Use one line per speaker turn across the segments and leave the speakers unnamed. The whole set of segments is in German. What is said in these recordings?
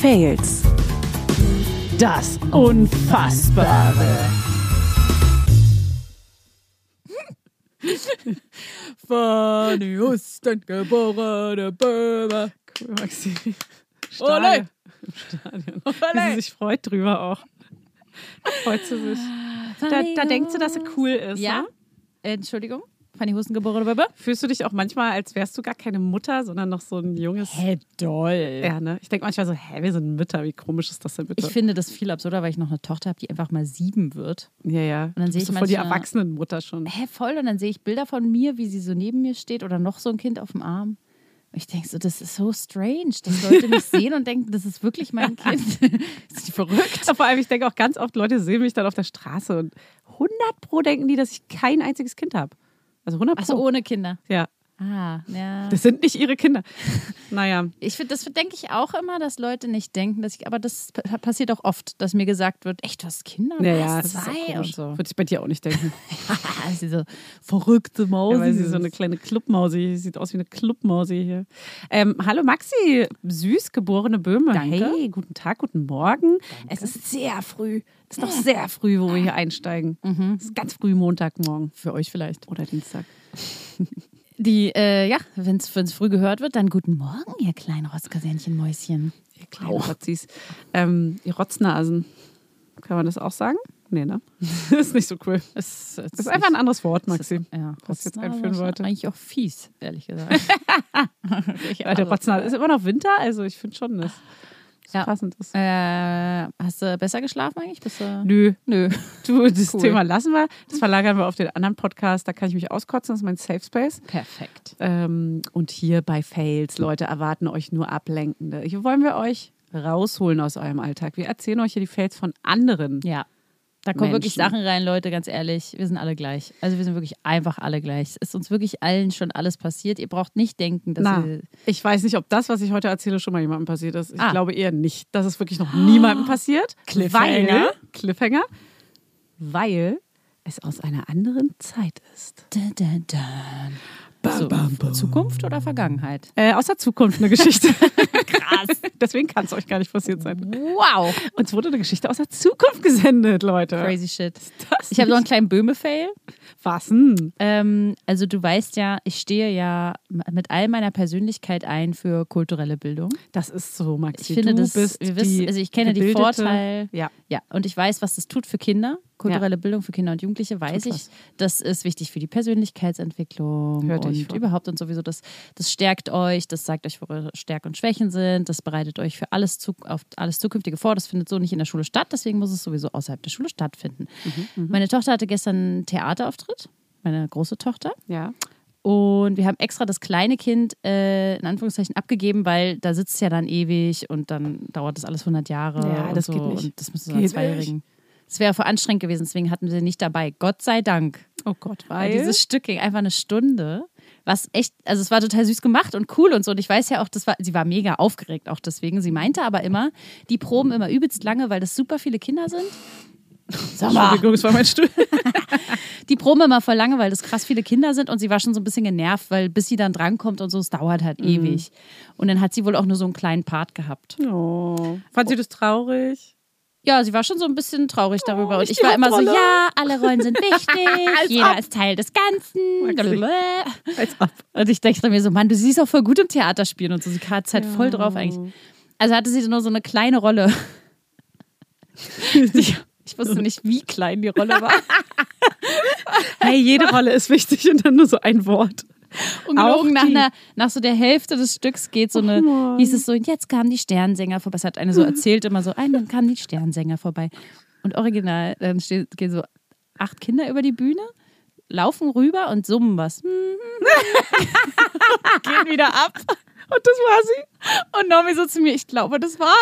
Fails.
Das Unfassbare.
Fanny Husten, geborene Böhme.
Cool, Maxi.
Ole! Oh,
Stadion. Stadion. Wie sie
Ole!
sich freut drüber auch. Da freut sie sich. Da, da denkt sie, dass sie cool ist.
Ah, Ja?
Ne?
Entschuldigung. Fanny Husten, geborene Böhme.
Fühlst du dich auch manchmal, als wärst du gar keine Mutter, sondern noch so ein junges.
Hä, doll.
Ja, ne? Ich denke manchmal so, hä, wir sind Mütter, wie komisch ist das denn bitte?
Ich finde das viel absurder, weil ich noch eine Tochter habe, die einfach mal sieben wird.
ja, ja. Und
dann
dann
sehe
bist
ich
du voll die
manchmal-
Erwachsenenmutter schon.
Hä, voll. Und dann sehe ich Bilder von mir, wie sie so neben mir steht oder noch so ein Kind auf dem Arm. Und ich denke so, das ist so strange, dass Leute mich sehen und denken, das ist wirklich mein Kind. ist die verrückt?
Vor allem, ich denke auch ganz oft, Leute sehen mich dann auf der Straße und 100 pro denken die, dass ich kein einziges Kind habe. Also 100 pro.
Also ohne Kinder.
Ja,
Ah, ja.
das sind nicht ihre Kinder. Naja,
Ich finde, das denke ich auch immer, dass Leute nicht denken, dass ich, aber das pa- passiert auch oft, dass mir gesagt wird, echt, du hast Kinder?
naja, das
Was?
ist auch
zwei und
komisch.
so.
Würde ich bei dir auch nicht denken.
Diese verrückte Maus.
Ja, weil sie so eine kleine Clubmausi, sieht aus wie eine Clubmausi hier. Ähm, hallo Maxi, süß geborene Böhme.
Danke.
Hey, guten Tag, guten Morgen. Es ist sehr früh, es ist noch sehr früh, wo wir hier einsteigen. Es ist ganz früh Montagmorgen.
Für euch vielleicht.
Oder Dienstag.
Die, äh, ja, wenn es früh gehört wird, dann guten Morgen, ihr kleinen Rotzkasernchenmäuschen.
Ihr kleinen Rotzis. Ähm, ihr Rotznasen. Kann man das auch sagen? Nee, ne? ist nicht so cool.
Es,
Das ist einfach ein anderes Wort,
Das ist-
Maxi.
Ja,
was ich jetzt
Rotznase
einführen
ist
wollte.
Eigentlich auch fies, ehrlich gesagt. Ich
Weil der
also-
Rotznase ist immer noch Winter, also ich finde schon, dass es
Ja.
passend ist.
Äh, hast du besser geschlafen eigentlich? Bist du
Nö,
Nö.
Du, das
Cool.
Thema lassen wir. Das verlagern wir auf den anderen Podcast. Da kann ich mich auskotzen. Das ist mein Safe Space.
Perfekt.
Ähm, und hier bei Fails, Leute, erwarten euch nur Ablenkende. Hier wollen wir euch rausholen aus eurem Alltag. Wir erzählen euch hier die Fails von anderen.
Ja. Da kommen wirklich
Menschen.
Sachen rein, Leute, ganz ehrlich. Wir sind alle gleich. Also wir sind wirklich einfach alle gleich. Es ist uns wirklich allen schon alles passiert. Ihr braucht nicht denken, dass
Na,
ihr...
ich weiß nicht, ob das, was ich heute erzähle, schon mal jemandem passiert ist. Ich
Ah.
glaube eher nicht. Das ist wirklich noch niemandem passiert.
Cliffhanger.
Weil, Cliffhanger. Weil es aus einer anderen Zeit ist.
Da, da, da. So, Zukunft oder Vergangenheit?
Äh, aus der Zukunft eine Geschichte. Krass. Deswegen kann es euch gar nicht passiert sein.
Wow.
Uns wurde eine Geschichte aus der Zukunft gesendet, Leute.
Crazy shit.
Das
Ich habe noch einen kleinen Böhme-Fail.
Was denn?
Ähm, also du weißt ja, ich stehe ja m- mit all meiner Persönlichkeit ein für kulturelle Bildung.
Das ist so, Maxi.
Ich finde
du
das,
bist
wir wissen,
die
also ich kenne die
gebildete-
Vorteile.
Ja.
Ja, und ich weiß, was das tut für Kinder. Kulturelle Bildung für Kinder und Jugendliche weiß
Tut
ich.
was.
Das ist wichtig für die Persönlichkeitsentwicklung
Hörte ich
und
von.
überhaupt und sowieso. Das, das stärkt euch, das zeigt euch, wo eure Stärken und Schwächen sind, das bereitet euch für alles, zu, auf alles Zukünftige vor. Das findet so nicht in der Schule statt, deswegen muss es sowieso außerhalb der Schule stattfinden.
Mhm,
Meine Tochter hatte gestern einen Theaterauftritt, meine große Tochter.
ja.
Und wir haben extra das kleine Kind äh, in Anführungszeichen abgegeben, weil da sitzt es ja dann ewig und dann dauert das alles 100 Jahre.
Ja, das
und so.
geht nicht.
Und das müssen
Geht
wir Zweijährigen. Es wäre vor anstrengend gewesen, deswegen hatten wir sie nicht dabei. Gott sei Dank.
Oh Gott,
Weil
weil.
Ah, dieses Stück ging einfach eine Stunde. Was echt, also es war total süß gemacht und cool und so. Und ich weiß ja auch, das war, sie war mega aufgeregt auch deswegen. Sie meinte aber immer, die proben immer übelst lange, weil das super viele Kinder sind. Sag mal,
Entschuldigung, es war mein Stuhl.
die proben immer voll lange, weil das krass viele Kinder sind und sie war schon so ein bisschen genervt, weil bis sie dann drankommt und so, es dauert halt
Mhm.
ewig. Und dann hat sie wohl auch nur so einen kleinen Part gehabt.
Oh. Fand sie das traurig?
Ja, sie war schon so ein bisschen traurig darüber. und
nicht
ich
die
war immer so,
Hauptrolle.
ja, alle Rollen sind wichtig,
Als
jeder
ob. Oh
ist Teil des Ganzen.
Maxi. Als ob.
Und ich dachte mir so, Mann, du siehst auch voll gut im Theaterspielen und so. Sie hat es halt voll drauf eigentlich. Also hatte sie nur so eine kleine Rolle. ich, ich wusste nicht, wie klein die Rolle war.
Hey, jede Rolle ist wichtig und dann nur so ein Wort.
Ungelogen,
Auch
nach,
die. Oh
einer, nach so der Hälfte des Stücks geht so eine,
Mann.
hieß es so, und jetzt kamen die Sternsänger vorbei. Es hat eine so erzählt, immer so, ein, dann kamen die Sternsänger vorbei. Und original, dann steht, gehen so acht Kinder über die Bühne, laufen rüber und summen was. Gehen wieder ab.
Und das war sie.
Und Nomi so zu mir, ich glaube, das war's.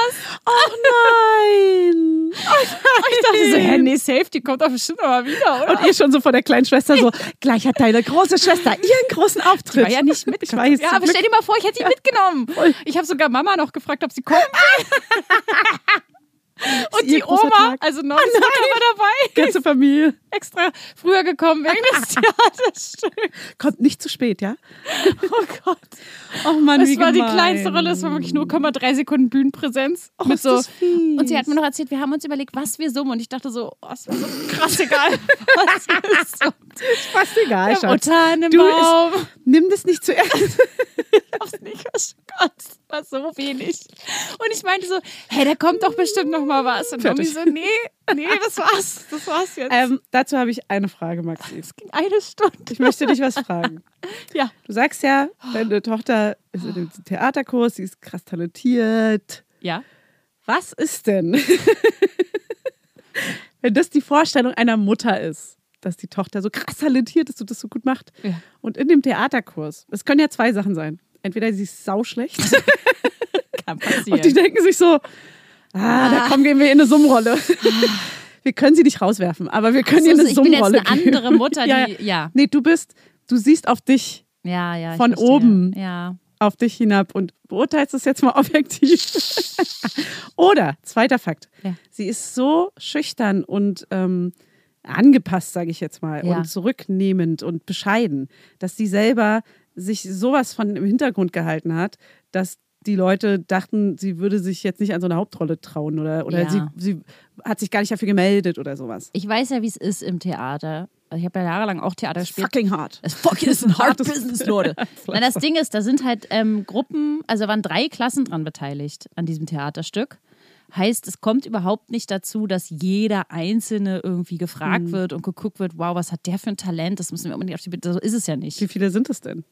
Oh
Oh
nein.
Und ich dachte so, hä, nee, safe, die kommt doch bestimmt nochmal wieder, oder?
Und ihr schon so von der kleinen Schwester so, gleich hat deine große Schwester ihren großen Auftritt.
war ja nicht mit.
Ich weiß.
Ja,
zum
aber
Glück
stell dir mal vor, ich hätte die mitgenommen. Ich habe sogar Mama noch gefragt, ob sie kommt. Und
ihr
die
großer
Oma,
Tag. Ah,
also Nonny ist immer dabei,
Ganze Familie.
extra früher gekommen wegen
Ah,
des Theaterstücks.
Kommt nicht zu spät, ja?
Oh Gott.
Oh Mann,
Das
wie
war die
gemein.
kleinste Rolle, es war wirklich 0,3 Sekunden Bühnenpräsenz.
Oh,
mit
ist
so
das fies.
und sie hat mir noch erzählt, wir haben uns überlegt, was wir summen. Und ich dachte so, oh, ist mir so krass egal, was wir summen.
Fast egal,
Wir haben
Schatz.
Otan im
Du,
Baum.
Nimm das nicht zu ernst.
hab's nicht verstanden. Gott, das war so wenig. Und ich meinte so, hey, da kommt doch bestimmt noch mal was. Und Mami
Fertig.
so, nee, nee, das war's. Das war's jetzt.
Ähm, dazu habe ich eine Frage, Maxi.
es ging eine Stunde.
Ich möchte dich was fragen.
Ja.
Du sagst ja, deine Tochter ist in dem Theaterkurs, sie ist krass talentiert.
Ja.
Was ist denn, wenn das die Vorstellung einer Mutter ist, dass die Tochter so krass talentiert ist und das so gut macht?
Ja.
Und in dem Theaterkurs, es können ja zwei Sachen sein. Entweder sie ist sauschlecht
Kann
und die
passieren.
denken sich so, ah, da kommen gehen wir in eine Summrolle. wir können sie nicht rauswerfen, aber wir können
Ah. so,
ihr eine
so, Also ich bin jetzt
Summrolle
eine andere
geben.
Mutter,
ja,
die-
ja.
ja.
Nee, du bist, du siehst auf dich
Ja, ja. ich
Von
verstehe.
oben.
Ja.
auf dich hinab und beurteilst es jetzt mal objektiv. Oder, zweiter Fakt,
Ja.
sie ist so schüchtern und ähm, angepasst, sage ich jetzt mal,
Ja.
und zurücknehmend und bescheiden, dass sie selber sich sowas von im Hintergrund gehalten hat, dass die Leute dachten, sie würde sich jetzt nicht an so eine Hauptrolle trauen oder, oder
Ja.
sie, sie hat sich gar nicht dafür gemeldet oder sowas.
Ich weiß ja, wie es ist im Theater. Also Ich habe ja jahrelang auch Theater gespielt.
Fucking hard.
Das fucking ist ein hard
Hartes-
business, Leute. Nein, das Ding ist, da sind halt ähm, Gruppen, also waren drei Klassen dran beteiligt an diesem Theaterstück. Heißt, es kommt überhaupt nicht dazu, dass jeder Einzelne irgendwie
Hm.
gefragt wird und geguckt wird, wow, was hat der für ein Talent? Das müssen wir unbedingt auf die Bitte. So ist es ja
Wie
nicht.
viele sind es denn?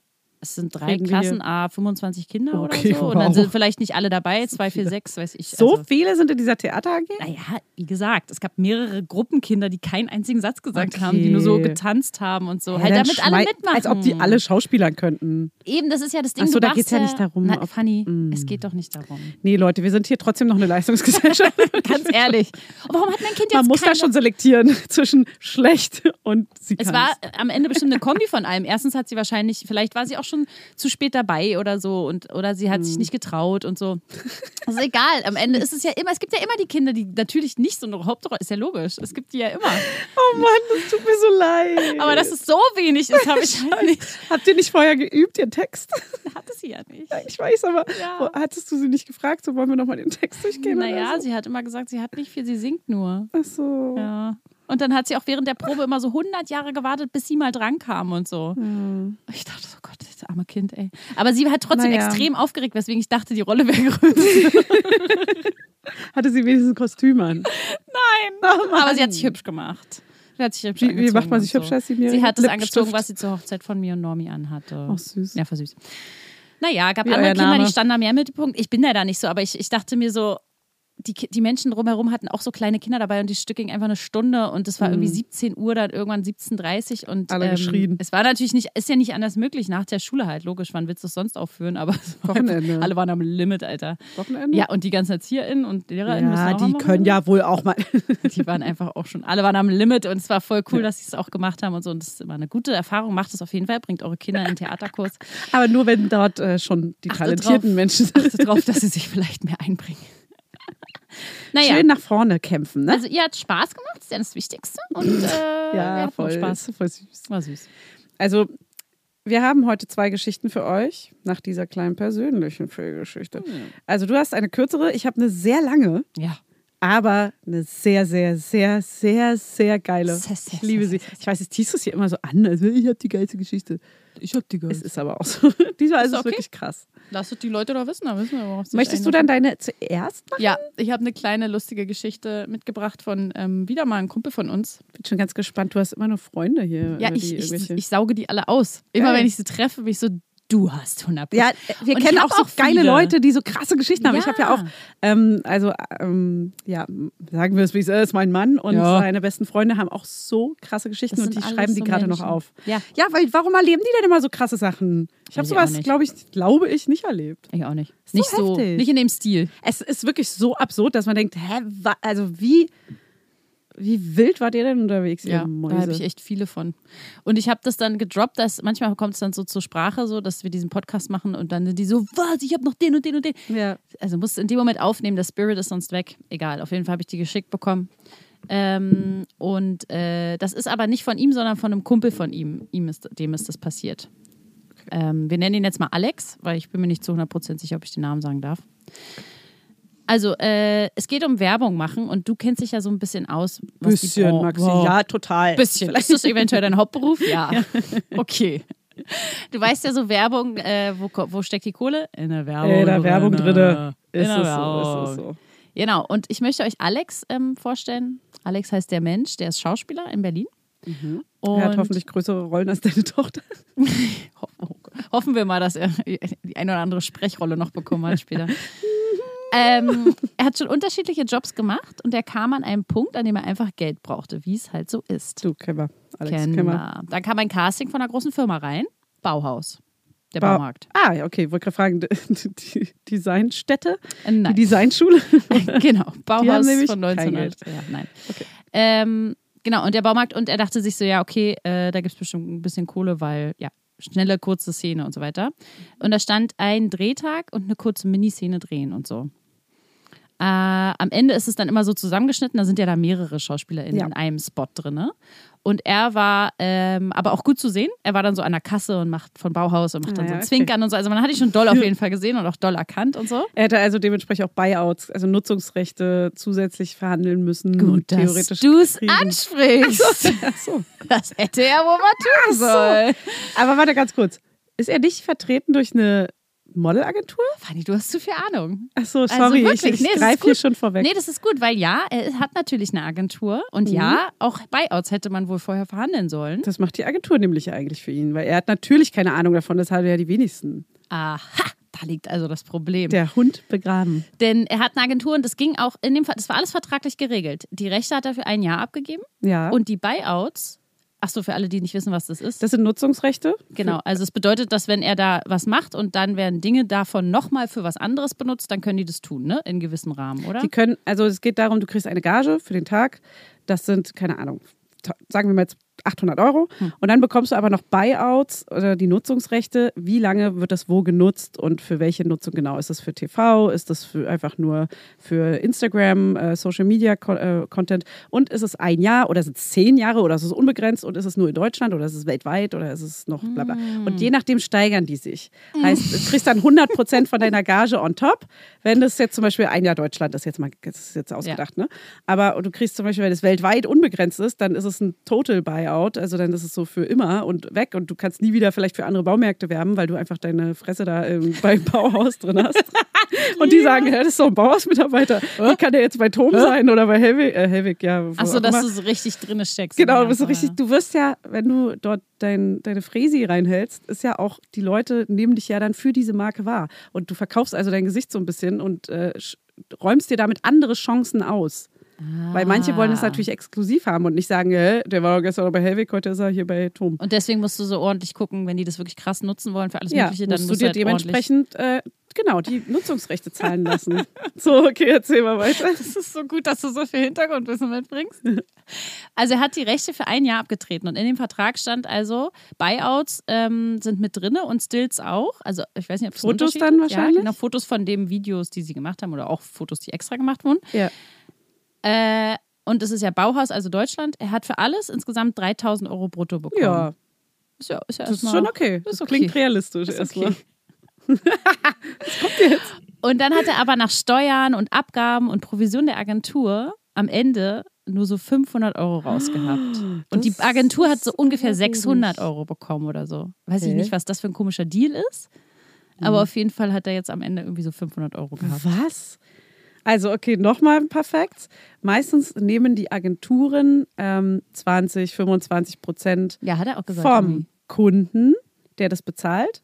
Es sind drei
Reden wir
Klassen, A, 25 Kinder
Okay,
oder so. Und dann
wow.
sind vielleicht nicht alle dabei, zwei, vier, sechs, weiß ich.
So
Also,
viele sind in dieser Theater AG?
naja, wie gesagt, es gab mehrere Gruppenkinder, die keinen einzigen Satz gesagt haben, die nur so
Okay.
getanzt haben und so.
Ja,
halt
dann
damit alle
schmei-
mitmachen.
Als ob die alle schauspielern könnten.
Eben, das ist ja das Ding.
Ach so,
du
da
machst
geht's ja nicht darum,
Na,
ob-
Fanny, es geht doch nicht darum.
Nee, Leute, wir sind hier trotzdem noch eine Leistungsgesellschaft.
Ganz ehrlich. Und warum hat mein Kind jetzt
Man muss da
keine-
schon selektieren zwischen schlecht und sie
Es
kann's.
war äh, am Ende bestimmt eine Kombi von allem. Erstens hat sie wahrscheinlich, vielleicht war sie auch schon zu spät dabei oder so und oder sie hat sich nicht getraut und so. Das ist egal. Am Ende ist es ja immer, es gibt ja immer die Kinder, die natürlich nicht so eine Hauptrolle, ist ja logisch. Es gibt die ja immer.
Oh Mann, das tut mir so leid.
Aber dass es so wenig ist, habe ich halt nicht.
Habt ihr nicht vorher geübt, ihr Text?
Hatte sie ja nicht.
Ich weiß, aber
Ja.
wo- hattest du sie nicht gefragt? So wollen wir nochmal den Text durchgehen?
Naja,
oder so?
sie hat immer gesagt, sie hat nicht viel, sie singt nur.
Ach so.
Ja. Und dann hat sie auch während der Probe immer so 100 Jahre gewartet, bis sie mal dran kam und so. Ich dachte so, Gott, das arme Kind, ey. Aber sie hat trotzdem
Naja.
extrem aufgeregt, weswegen ich dachte, die Rolle wäre größer.
Hatte sie wenigstens ein Kostüm an? Oh
Aber sie hat sich hübsch gemacht. Sie hat sich hübsch
Wie- wie
angezogen
macht man
und
sich hübsch als Siebenjährige?
Sie hat das
Lippenstift.
angezogen, was sie zur Hochzeit von mir und Normi anhatte.
Ach, süß.
Ja, voll süß. Naja, gab
Wie
andere
euer
Kinder,
Name?
die standen da mehr im Mittelpunkt. Ich bin ja da nicht so, aber ich, ich dachte mir so, die, Ki- die Menschen drumherum hatten auch so kleine Kinder dabei und die Stück ging einfach eine Stunde und es war irgendwie 17 Uhr, dann irgendwann 17.30 Uhr und
Mhm.
ähm,
Alle geschrien.
es war natürlich nicht, ist ja nicht anders möglich, nach der Schule halt, logisch, wann willst du es sonst aufführen, aber es war einfach-
Wochenende.
alle waren am Limit, Alter.
Wochenende?
Ja, und die ganzen ErzieherInnen und LehrerInnen müssen
Ja,
auch am
die können
Wochenende?
ja wohl auch mal.
Die waren einfach auch schon, alle waren am Limit und es war voll cool, dass sie es auch gemacht haben und so. Und das ist immer eine gute Erfahrung. Macht es auf jeden Fall, bringt eure Kinder in den Theaterkurs.
Aber nur wenn dort äh, schon die
Achte
talentierten
drauf.
Menschen sind.
Achtet drauf, dass sie sich vielleicht mehr einbringen. Naja,
Schön nach vorne kämpfen, ne?
also ihr habt Spaß gemacht, das ist ja das Wichtigste. Und äh, wir hatten auch Spaß.
Voll süß.
War süß.
Also, wir haben heute zwei Geschichten für euch nach dieser kleinen persönlichen
Hm.
Fehlgeschichte. Also, du hast eine kürzere, ich habe eine sehr lange,
Ja.
aber eine sehr, sehr, sehr, sehr, sehr geile.
Sehr, sehr,
Ich liebe
sehr,
sie. Ich weiß, es tiest es hier immer so an. Also, ich habe die geilste Geschichte.
Ich hab die gehört.
Es ist aber auch so. Diesmal ist,
Ist
es
okay?
wirklich krass.
Lasst die Leute doch wissen, da wissen wir, worauf sie
Möchtest du dann deine zuerst machen?
Ja, ich habe eine kleine lustige Geschichte mitgebracht von ähm, wieder mal einem Kumpel von uns.
Bin schon ganz gespannt. Du hast immer nur Freunde hier.
Ja,
über
ich,
die
ich,
irgendwelche-
ich sauge die alle aus. Immer
Geil.
wenn ich sie treffe, bin ich so, du hast 100
Ja, wir
Und ich
kennen
hab
auch so
auch
geile
viele.
Leute, die so krasse Geschichten haben. Ich habe ja
Ja.
auch, ähm, also ähm, ja, sagen wir es wie es ist, mein Mann und
Ja.
seine besten Freunde haben auch so krasse Geschichten
Das
und die
sind alles
schreiben die
so
gerade noch
Menschen.
auf.
Ja.
ja, weil warum erleben die denn immer so krasse Sachen? Ich habe
Weiß ich auch
sowas,
nicht.
glaube ich, glaube ich, nicht erlebt.
Ich auch nicht.
So
nicht so,
heftig.
nicht in dem Stil.
Es ist wirklich so absurd, dass man denkt, hä, wa, also wie Wie wild wart ihr denn unterwegs, ihr
Ja,
Mäuse?
da habe ich echt viele von. Und ich habe das dann gedroppt, dass manchmal kommt es dann so zur Sprache, so dass wir diesen Podcast machen und dann sind die so, was, ich habe noch den und den und den.
ja.
Also musst in dem Moment aufnehmen, der Spirit ist sonst weg. Egal, auf jeden Fall habe ich die geschickt bekommen. Ähm, und äh, das ist aber nicht von ihm, sondern von einem Kumpel von ihm. ihm ist, dem ist das passiert. Ähm, wir nennen ihn jetzt mal Alex, weil ich bin mir nicht zu 100% sicher, ob ich den Namen sagen darf. Also, äh, es geht um Werbung machen und du kennst dich ja so ein bisschen aus. Was die
Bisschen,
Bran-
Maxi.
Wow.
Ja, total.
Bisschen. Vielleicht ist das eventuell dein Hauptberuf? Ja. Okay. Du weißt ja so Werbung, äh, wo, ko- wo steckt die Kohle? In der Werbung.
Ey, da Werbung drinne.
In
Ist
der
es
Werbung.
so, ist es so.
Genau, und ich möchte euch Alex ähm, vorstellen. Alex heißt der Mensch, der ist Schauspieler in Berlin. Und
Er hat hoffentlich größere Rollen als deine Tochter.
ho ho hoffen wir mal, dass er die eine oder andere Sprechrolle noch bekommen hat später. ähm, er hat schon unterschiedliche Jobs gemacht und er kam an einen Punkt, an dem er einfach Geld brauchte, wie es halt so ist.
Du, Kämmer. Alex,
Kenner.
Kämmer.
Genau. Dann kam ein Casting von einer großen Firma rein. Bauhaus. Der
Ba-
Baumarkt. Äh,
Ah, ja, okay, wollte gerade fragen, die- die Designstätte,
Äh, Nein.
die Designschule.
genau. Bauhaus
nämlich
von
kein
1900. Ja, nein. Ähm, genau, und der Baumarkt, und er dachte sich so, ja, okay, äh, da gibt es bestimmt ein bisschen Kohle, weil, ja, schnelle, kurze Szene und so weiter. Und da stand ein Drehtag und eine kurze Miniszene drehen und so. Äh, am Ende ist es dann immer so zusammengeschnitten, da sind ja da mehrere Schauspieler in,
Ja.
in einem Spot drin. ne? Und er war ähm, aber auch gut zu sehen. Er war dann so an der Kasse und macht von Bauhaus und macht dann
Ah,
so
ja, okay.
Zwinkern und so. Also man hat ihn schon doll auf jeden Fall gesehen und auch doll erkannt und so.
Er hätte also dementsprechend auch Buyouts, also Nutzungsrechte zusätzlich verhandeln müssen. und
dass
theoretisch
du es
kriegen.
ansprichst.
Ach so.
Das hätte er wohl mal tun
Ach
sollen.
Aber warte ganz kurz. Ist er nicht vertreten durch eine Modelagentur?
Fanny, du hast zu viel Ahnung.
Ach so, sorry,
wirklich,
ich, ich
nee, das ist
greife hier
gut.
schon vorweg.
Nee, das ist gut, weil ja, er hat natürlich eine Agentur und ja, auch Buyouts hätte man wohl vorher verhandeln sollen.
Das macht die Agentur nämlich eigentlich für ihn, weil er hat natürlich keine Ahnung davon, das haben ja die wenigsten.
Aha, da liegt also das Problem.
Der Hund begraben.
Denn er hat eine Agentur und das ging auch in dem Fall, das war alles vertraglich geregelt. Die Rechte hat er für ein Jahr abgegeben
Ja.
und die Buyouts, ach so, für alle, die nicht wissen, was das ist.
das sind Nutzungsrechte.
Genau, also es bedeutet, dass wenn er da was macht und dann werden Dinge davon nochmal für was anderes benutzt, dann können die das tun, ne? In gewissem Rahmen, oder?
Die können, also es geht darum, du kriegst eine Gage für den Tag. Das sind, keine Ahnung, ta- sagen wir mal jetzt 800 Euro. Und dann bekommst du aber noch Buyouts oder die Nutzungsrechte. Wie lange wird das wo genutzt und für welche Nutzung genau? Ist das für TV? Ist das für einfach nur für Instagram, äh, Social Media Co äh, Content? Und ist es ein Jahr oder sind es zehn Jahre oder ist es unbegrenzt und ist es nur in Deutschland oder ist es weltweit oder ist es noch bla bla. Und je nachdem steigern die sich. Heißt, du kriegst dann 100 Prozent von deiner Gage on top, wenn das jetzt zum Beispiel ein Jahr Deutschland ist, jetzt mal das ist jetzt ausgedacht, ne? Aber du kriegst zum Beispiel, wenn es weltweit unbegrenzt ist, dann ist es ein Total Buyout, also dann ist es so für immer und weg und du kannst nie wieder vielleicht für andere Baumärkte werben, weil du einfach deine Fresse da ähm, beim Bauhaus drin hast. und die sagen, hä, das ist doch ein Bauhausmitarbeiter. Wie kann der jetzt bei Tom sein oder bei Helwig? Äh, Helwig, ja. wo
Ach so,
auch
dass
immer.
du so richtig drinne steckst.
Genau,
Ja,
du bist so
so,
richtig,
ja.
du wirst ja, wenn du dort dein, deine Fräsi reinhältst, ist ja auch, die Leute nehmen dich ja dann für diese Marke wahr. Und du verkaufst also dein Gesicht so ein bisschen und äh, sch- räumst dir damit andere Chancen aus. Weil manche wollen es
Ah.
natürlich exklusiv haben und nicht sagen, hä, der war doch gestern noch bei Helwig, heute ist er hier bei Tom.
Und deswegen musst du so ordentlich gucken, wenn die das wirklich krass nutzen wollen für alles
Ja,
Mögliche, dann
musst du
musst
dir
halt
dementsprechend, äh, genau, die Nutzungsrechte zahlen lassen. so, okay, erzähl mal weiter.
ordentlich- Es ist so gut, dass du so viel Hintergrundwissen mitbringst. Also er hat die Rechte für ein Jahr abgetreten und in dem Vertrag stand also, Buyouts ähm, sind mit drinne und Stills auch. Also ich weiß nicht, ob es
Fotos
einen Unterschied
dann
gibt.
wahrscheinlich?
Ja, genau, Fotos von den Videos, die sie gemacht haben oder auch Fotos, die extra gemacht wurden.
Ja.
Äh, und es ist ja Bauhaus, also Deutschland. Er hat für alles insgesamt 3000 Euro brutto bekommen.
ja,
Ist ja, ist ja
das ist
erstmal-
schon okay.
ist
Das
okay.
klingt realistisch
Ist
erstmal.
okay. Und dann hat er aber nach Steuern und Abgaben und Provision der Agentur am Ende nur so 500 Euro rausgehabt. Und die
Das
Agentur hat so
ist
ungefähr
aber
600
wenig.
Euro bekommen oder so. Weiß ich
Okay.
nicht, was das für ein komischer Deal ist. Aber auf jeden Fall hat er jetzt am Ende irgendwie so 500 Euro gehabt.
Was? Also, okay, nochmal ein paar Facts. Meistens nehmen die Agenturen ähm, 20, 25 Prozent
Ja, hat er auch gesagt.
vom
irgendwie.
Kunden, der das bezahlt,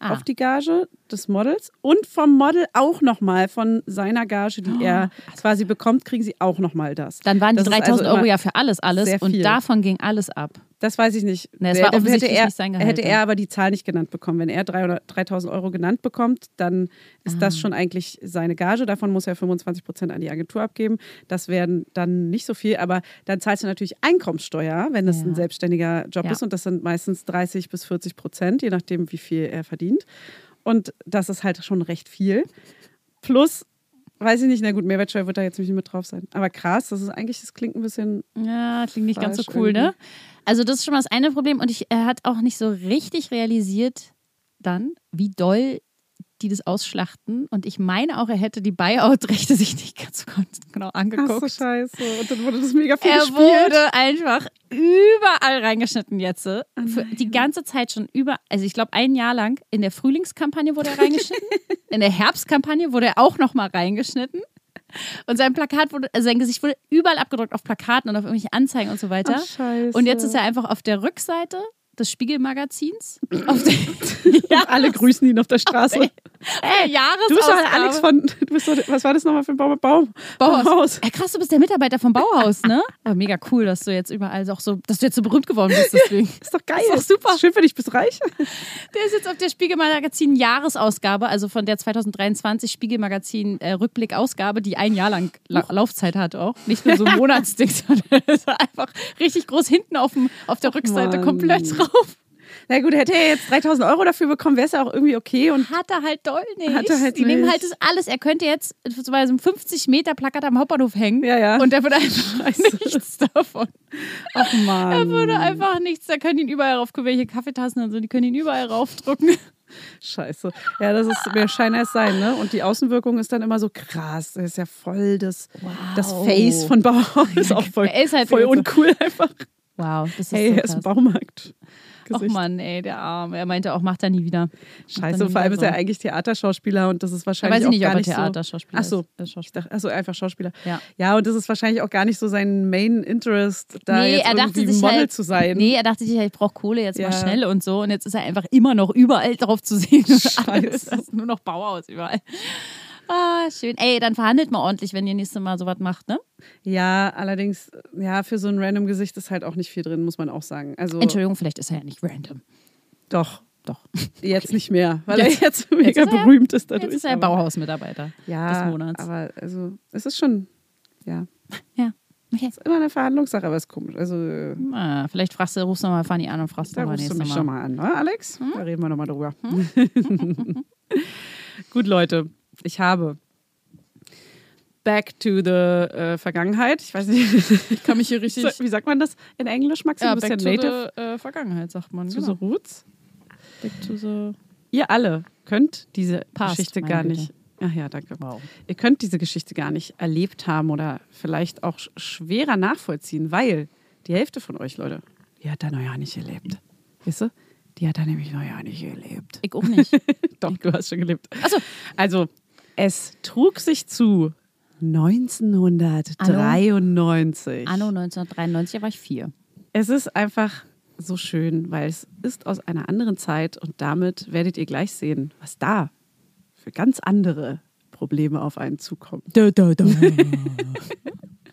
Ah,
auf die Gage des Models und vom Model auch nochmal von seiner Gage,
Ah.
die er
Also
quasi bekommt, kriegen sie auch nochmal das.
dann waren die
Das ist also
3000 Euro
immer-
ja für alles, alles.
sehr
Und
viel.
davon ging alles ab.
Das weiß ich nicht.
Na, es war
Dann hätte
offensichtlich
er,
nicht sein Gehalt, ne?
hätte er
ja.
aber die Zahl nicht genannt bekommen. Wenn er 300, 3000 Euro genannt bekommt, dann ist
Ah.
das schon eigentlich seine Gage. Davon muss er 25 Prozent an die Agentur abgeben. Das wären dann nicht so viel, aber dann zahlst du natürlich Einkommensteuer, wenn das
Ja.
ein selbstständiger Job
Ja.
ist. Und das sind meistens 30 bis 40 Prozent, je nachdem, wie viel er verdient. Und das ist halt schon recht viel. Plus, weiß ich nicht, na gut, Mehrwertsteuer wird da jetzt nicht mit drauf sein. Aber krass, das ist eigentlich, das klingt ein bisschen
Ja, klingt nicht ganz so
Falsch
cool, ne?
irgendwie.
Also das ist schon mal das eine Problem und ich, er hat auch nicht so richtig realisiert dann, wie doll die das ausschlachten und ich meine auch, er hätte die Buyout-Rechte sich nicht ganz so genau angeguckt.
Ach so, scheiße. Und dann wurde das mega viel
Er
gespielt.
wurde einfach überall reingeschnitten jetzt. äh, Für die ganze Zeit schon über, also ich glaube ein Jahr lang, in der Frühlingskampagne wurde er reingeschnitten, in der Herbstkampagne wurde er auch nochmal reingeschnitten. Und sein Plakat wurde, also sein Gesicht wurde überall abgedruckt auf Plakaten und auf irgendwelche Anzeigen und so weiter.
Ach, scheiße.
ne? und jetzt ist er einfach auf der Rückseite des Spiegelmagazins. Auf der, ja,
Alle grüßen ihn auf der Straße.
Ey, Jahresausgabe.
du bist doch Alex von. Du bist doch, was war das nochmal für ein Baum? Baum.
Bauhaus. Ja, krass, du bist der Mitarbeiter vom Bauhaus, ne? Aber mega cool, dass du jetzt überall auch so, dass du jetzt so berühmt geworden bist deswegen.
Ist doch geil.
Ist doch super.
Schön für dich, bist reich.
Der ist jetzt auf der Spiegelmagazin Jahresausgabe, also von der 2023 Spiegelmagazin äh, Rückblick-Ausgabe, die ein Jahr lang La Laufzeit hat auch. Nicht nur so ein Monatsding, sondern ist einfach richtig groß hinten auf, dem, auf der Rückseite
Mann.
komplett drauf.
Na gut, hätte er jetzt 3000 Euro dafür bekommen, wäre es ja auch irgendwie okay. Und
Hat er halt doll nicht.
Hat er halt
die nehmen
nicht.
halt das alles. Er könnte jetzt zum Beispiel so ein 50 Meter Plakat am Hauptbahnhof hängen.
Ja, ja.
Und er würde einfach nichts davon.
ach
Er
man.
würde einfach nichts. Da können ihn überall rauf, welche Kaffeetassen und so, die können ihn überall raufdrucken.
Scheiße. Ja, das ist mehr Schein als sein, ne? Und die Außenwirkung ist dann immer so krass. Er ist ja voll das, das Face von Bauhaus. Ist auch voll,
Er ist halt
voll
so-
uncool einfach.
Wow, das ist
Hey,
so
er
krass.
ist ein Baumarkt.
Och Mann, ey, der Arme. Er meinte auch, macht er nie wieder. Macht
Scheiße,
nie
vor allem
wieder
ist er
so.
eigentlich Theaterschauspieler und das ist
Da
wahrscheinlich
weiß ich
auch
nicht,
gar
ob also er
nicht so.
Theaterschauspieler
Ach so,
ist. Äh,
ich
Schauspieler.
dachte, also einfach Schauspieler.
Ja.
ja, und das ist wahrscheinlich auch gar nicht so sein Main Interest, da jetzt irgendwie Model zu sein.
halt Nee, er dachte sich, halt, ich brauche Kohle jetzt
Ja.
mal schnell und so. Und jetzt ist er einfach immer noch überall drauf zu sehen. Alles
Scheiße.
ist nur noch Bauhaus überall. Ah, schön. Ey, dann verhandelt mal ordentlich, wenn ihr nächstes Mal sowas macht, ne?
Ja, allerdings, ja, für so ein random Gesicht ist halt auch nicht viel drin, muss man auch sagen. Also
Entschuldigung, vielleicht ist er ja nicht random.
doch,
Doch.
jetzt nicht mehr, weil
Jetzt-
er jetzt mega
ist er-
berühmt ist dadurch.
Jetzt ist er ja
aber-
Bauhaus-Mitarbeiter
ja,
des Monats.
aber also es ist schon, ja,
ja. Okay.
ist immer eine Verhandlungssache, aber ist komisch. Also äh,
Ah, vielleicht fragst du, rufst du mal Fanny an und fragst
Da
nochmal
rufst du
nächstes
mich
Mal. Hm?
schon mal an, ne, Alex? Da reden wir nochmal drüber. Gut, Leute, ich habe Back to the äh, Vergangenheit. Ich weiß nicht,
Ich kann mich hier richtig.
so, wie sagt man das in Englisch, Maxi? du bist ja Native.
the äh, Vergangenheit, sagt man.
To the roots.
Back to the
Genau. Ihr alle könnt diese
Past,
Geschichte
meine
gar
Güte.
nicht. Ach ja, danke.
Wow.
Ihr könnt diese Geschichte gar nicht erlebt haben oder vielleicht auch sch- schwerer nachvollziehen, weil die Hälfte von euch, Leute, die hat da noch ja nicht erlebt. Wisst ihr? Die hat da nämlich noch ja nicht erlebt.
Ich auch nicht.
Doch, du hast schon gelebt.
Achso,
Also, es trug sich zu 1993.
Anno 1993 war ich vier.
Es ist einfach so schön, weil es ist aus einer anderen Zeit und damit werdet ihr gleich sehen, was da für ganz andere Probleme auf einen zukommen.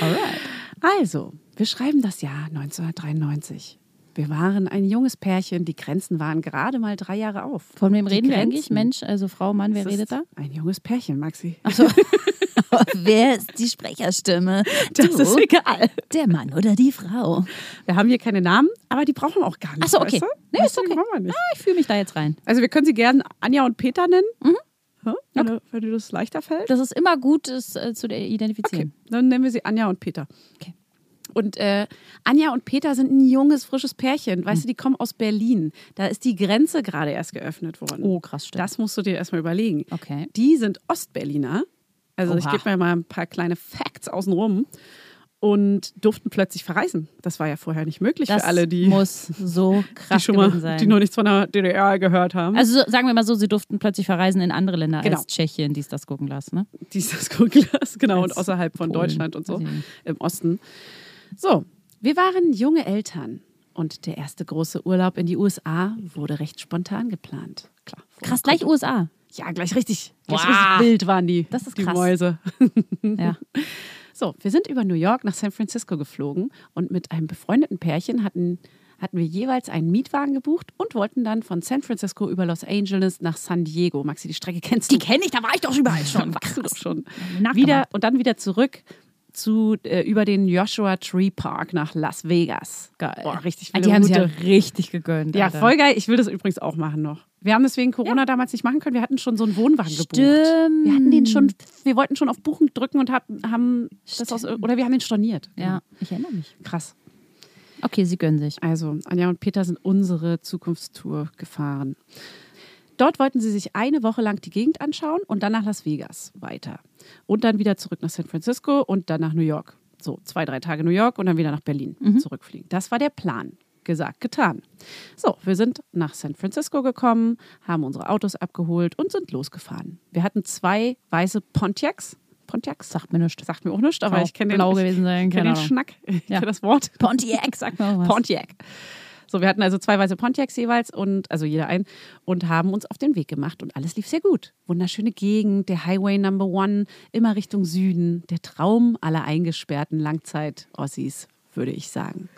Alright.
Also, wir schreiben das Jahr 1993. Wir waren ein junges Pärchen, die Grenzen waren gerade mal drei Jahre auf.
Von wem
Die
reden wir
Grenzen.
eigentlich? Mensch, also Frau, Mann, wer
Es
redet
ist
da?
Ein junges Pärchen, Maxi.
Oh, Wer ist die Sprecherstimme?
Das ist egal.
Der Mann oder die Frau?
Wir haben hier keine Namen, aber die brauchen wir auch gar nicht.
Achso, okay.
Weißt du?
Nee, ist
Weißt du, die
okay.
brauchen wir nicht.
Ah, ich fühle mich da jetzt rein.
Also wir können sie gerne Anja und Peter nennen,
Mhm.
Hä? wenn, dir- wenn dir das leichter fällt.
Das ist immer gut, es äh, zu identifizieren.
Dann nennen wir sie Anja und Peter.
Okay.
Und äh, Anja und Peter sind ein junges, frisches Pärchen.
Mhm.
Weißt du, die kommen aus Berlin. Da ist die Grenze gerade erst geöffnet worden.
Oh, krass, stimmt.
Das musst du dir erstmal überlegen.
Okay.
Die sind Ostberliner. Also ich
Oha.
gebe mir mal ein paar kleine Facts außenrum. Und durften plötzlich verreisen. Das war ja vorher nicht möglich
Das
für alle, die,
muss so
die
krass
schon
gewesen
mal,
sein.
die noch nichts von der DDR gehört haben.
also so- sagen wir mal so, sie durften plötzlich verreisen in andere Länder
Genau.
als Tschechien, dies das gucken lassen. Ne?
dieses Gurglas, genau, und
Als
außerhalb von
Polen, Also,
Deutschland und so,
weiß ich nicht.
im Osten. So, wir waren junge Eltern und der erste große Urlaub in die USA wurde recht spontan geplant. Klar.
Krass, gleich USA.
Ja, gleich richtig. Gleich
Wow.
richtig wild waren die,
Das ist
die
krass.
Mäuse.
Ja.
So, wir sind über New York nach San Francisco geflogen und mit einem befreundeten Pärchen hatten, hatten wir jeweils einen Mietwagen gebucht und wollten dann von San Francisco über Los Angeles nach San Diego. Maxi, die Strecke kennst
Die
du.
kenne ich, da war ich doch überall schon.
warst du doch schon.
Nachgemacht.
Wieder, und dann wieder zurück zu, äh, über den Joshua Tree Park nach Las Vegas.
Geil.
Boah, richtig
Ah,
viele
Die haben sie ja
gute
richtig gegönnt.
Ja,
Alter.
voll geil. Ich will das übrigens auch machen noch. Wir haben das wegen Corona damals nicht machen können. Wir hatten schon so einen Wohnwagen gebucht.
Stimmt.
Wir hatten den schon, wir wollten schon auf Buchen drücken und haben, haben das aus, oder wir haben den storniert.
Ja, ich erinnere mich.
Krass.
Okay, sie gönnen sich.
Also, Anja und Peter sind unsere Zukunftstour gefahren. Dort wollten sie sich eine Woche lang die Gegend anschauen und dann nach Las Vegas weiter. Und dann wieder zurück nach San Francisco und dann nach New York. So, zwei, drei Tage New York und dann wieder nach Berlin
Mhm.
zurückfliegen. Das war der Plan. Gesagt, getan. So, wir sind nach San Francisco gekommen, haben unsere Autos abgeholt und sind losgefahren. Wir hatten zwei weiße Pontiacs. Pontiacs? Sagt mir nichts. Sagt mir auch nichts, aber
Blau-
ich kenne den,
blau
ich
gewesen sein,
kenne
keine
den
Ahnung.
Schnack. Ich
Ja.
kenne das Wort.
Pontiac, sag mal was.
Pontiac. So, wir hatten also zwei weiße Pontiacs jeweils und also jeder ein und haben uns auf den Weg gemacht und alles lief sehr gut. Wunderschöne Gegend, der Highway Number One, immer Richtung Süden, der Traum aller eingesperrten Langzeit-Ossis, würde ich sagen.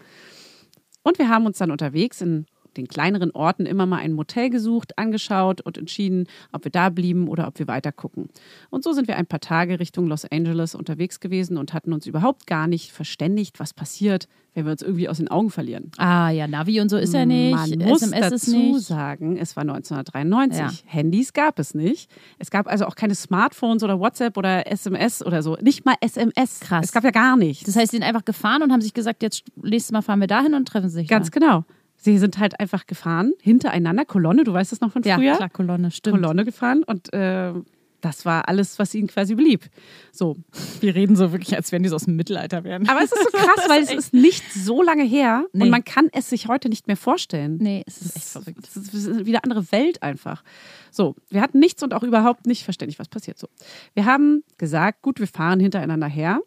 Und wir haben uns dann unterwegs in den kleineren Orten immer mal ein Motel gesucht, angeschaut und entschieden, ob wir da blieben oder ob wir weiter gucken. Und so sind wir ein paar Tage Richtung Los Angeles unterwegs gewesen und hatten uns überhaupt gar nicht verständigt, was passiert, wenn wir uns irgendwie aus den Augen verlieren.
Ah ja, Navi und so ist er nicht. äh,
Man muss
SMS ist
dazu
nicht.
sagen, es war 1993. Handys gab es nicht. Es gab also auch keine Smartphones oder WhatsApp oder SMS oder so. Nicht mal SMS.
Krass.
Es gab ja gar nichts.
Das heißt, sie sind einfach gefahren und haben sich gesagt, jetzt nächstes Mal fahren wir dahin und treffen sich. ne?
Ganz
da.
genau. Sie sind halt einfach gefahren, hintereinander, Kolonne, du weißt das noch von
ja,
früher?
klar, Kolonne, stimmt.
Kolonne gefahren und äh, das war alles, was ihnen quasi blieb. So.
Wir reden so wirklich, als wären die so aus dem Mittelalter wären.
Aber es ist so krass, weil es ist nicht so lange her
Nee.
und man kann es sich heute nicht mehr vorstellen.
Nee, es ist echt
Das
verrückt.
ist, das ist wieder andere Welt einfach. So, wir hatten nichts und auch überhaupt nicht verständlich, was passiert. So, wir haben gesagt, gut, wir fahren hintereinander her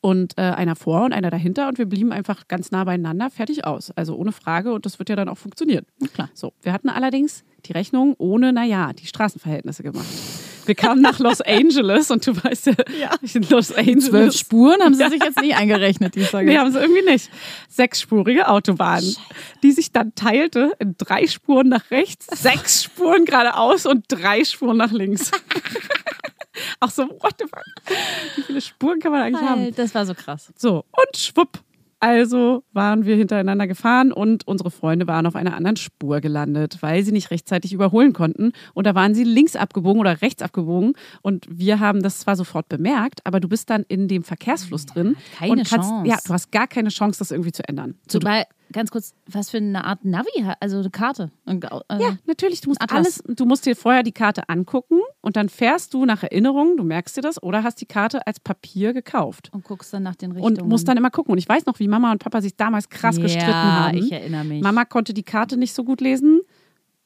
und äh, einer vor und einer dahinter und wir blieben einfach ganz nah beieinander, fertig aus. Also ohne Frage und das wird ja dann auch funktionieren.
klar.
So, wir hatten allerdings die Rechnung ohne, naja, die Straßenverhältnisse gemacht. Wir kamen nach Los Angeles und du weißt ja, in Los Angeles.
Zwölf Spuren haben sie sich jetzt nicht eingerechnet, die Tage.
Nee, haben sie irgendwie nicht. Sechsspurige Autobahn, die sich dann teilte in drei Spuren nach rechts, sechs Spuren geradeaus und drei Spuren nach links. Auch so, what the fuck? Wie viele Spuren kann man eigentlich haben?
das war so krass.
So, und schwupp. Also waren wir hintereinander gefahren und unsere Freunde waren auf einer anderen Spur gelandet, weil sie nicht rechtzeitig überholen konnten. Und da waren sie links abgebogen oder rechts abgebogen. Und wir haben das zwar sofort bemerkt, aber du bist dann in dem Verkehrsfluss drin.
keine
und kannst,
Chance.
Ja, du hast gar keine Chance, das irgendwie zu ändern.
Wobei, ganz kurz, was für eine Art Navi, hat- also eine Karte. Und, äh,
Ja, natürlich. Du musst
Atlas.
alles, du musst dir vorher die Karte angucken und dann fährst du nach Erinnerung, du merkst dir das, oder hast die Karte als Papier gekauft.
Und guckst dann nach den Richtungen.
Und musst dann immer gucken. Und ich weiß noch, wie Mama und Papa sich damals krass
Ja,
gestritten haben.
ich erinnere mich.
Mama konnte die Karte nicht so gut lesen.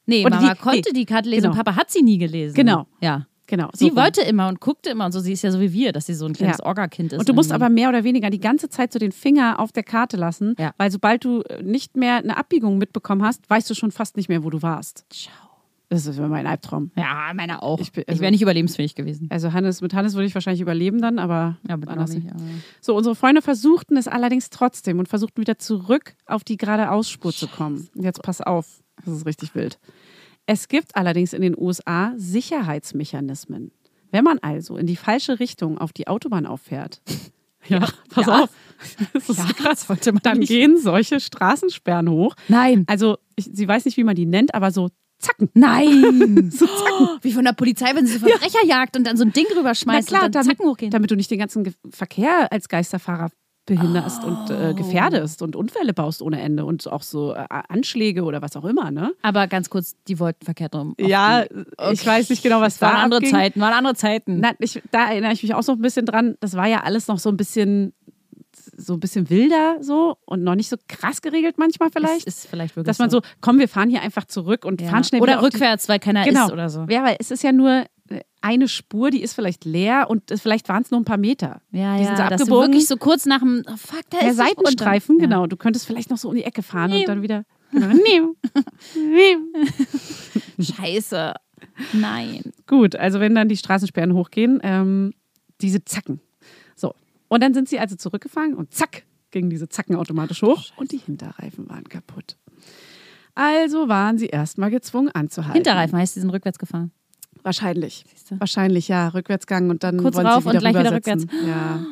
Nee,
Und
Mama
die-
konnte
nee,
die Karte lesen,
genau.
Papa hat sie nie gelesen.
Genau.
Ja.
Genau.
Sie
so rum.
wollte immer und guckte immer und so. Sie ist ja so wie wir, dass sie so ein kleines
Ja.
Orga-Kind ist.
Und du musst
irgendwie.
aber mehr oder weniger die ganze Zeit so den Finger auf der Karte lassen,
Ja.
weil sobald du äh, nicht mehr eine Abbiegung mitbekommen hast, weißt du schon fast nicht mehr, wo du warst.
Ciao.
Das ist immer mein Albtraum.
Ja, meine auch. Ich, also
bin-
ich wäre nicht überlebensfähig gewesen.
Also Hannes, mit Hannes würde ich wahrscheinlich überleben dann, aber
Ja, aber
anders
glaub ich,
nicht.
aber-
So, unsere Freunde versuchten es allerdings trotzdem und versuchten wieder zurück auf die geradeaus Spur zu kommen. Und Jetzt pass auf, das ist richtig wild. Es gibt allerdings in den USA Sicherheitsmechanismen. Wenn man also in die falsche Richtung auf die Autobahn auffährt, ja, pass
Ja.
auf, das ist
Ja,
so krass.
das wollte man
Dann
nicht.
gehen solche Straßensperren hoch.
Nein.
Also, ich, sie weiß nicht, wie man die nennt, aber so zacken.
Nein! Oh, wie von der Polizei, wenn sie so Verbrecher jagt und dann so ein Ding rüberschmeißt und dann
damit,
Zacken hochgehen.
damit du nicht den ganzen Ge Verkehr als Geisterfahrer behinderst und
Oh.
äh, gefährdest und Unfälle baust ohne Ende und auch so äh, Anschläge oder was auch immer, ne?
aber ganz kurz, die wollten verkehrt rum.
Ja, ich weiß nicht genau, was
äh, Es waren
da
andere
abging.
Zeiten, waren andere Zeiten.
Na, ich, da erinnere ich mich auch so ein bisschen dran. Das war ja alles noch so ein bisschen so ein bisschen wilder so und noch nicht so krass geregelt manchmal vielleicht.
Das ist vielleicht wirklich
dass man so, komm, wir fahren hier einfach zurück und
Ja.
fahren schnell wieder
Oder
auf die-
rückwärts, weil keiner
genau.
ist oder so.
Ja, weil es ist ja nur äh, eine Spur, die ist vielleicht leer und es, vielleicht waren es nur ein paar Meter.
Ja,
die sind so
ja, dass du
abgebogen.
wirklich so kurz nach dem, oh, fuck, da
Der
ist die Spur drin.
Seitenstreifen,
Ja.
genau. Du könntest vielleicht noch so um die Ecke fahren
Nee.
und dann wieder. Genau. Nee. Nee.
Scheiße. Nein.
Gut, also wenn dann die Straßensperren hochgehen, ähm, diese Zacken. So, Und dann sind sie also zurückgefahren und zack, gingen diese Zacken automatisch hoch und die Hinterreifen waren kaputt. Also waren sie erstmal gezwungen anzuhalten.
Hinterreifen heißt, sie sind rückwärts gefahren.
Wahrscheinlich.
Siehste.
Wahrscheinlich, ja. Rückwärtsgang und dann
Kurz
wollen
rauf
sie
und
wieder
gleich wieder
rübersetzen. Ja.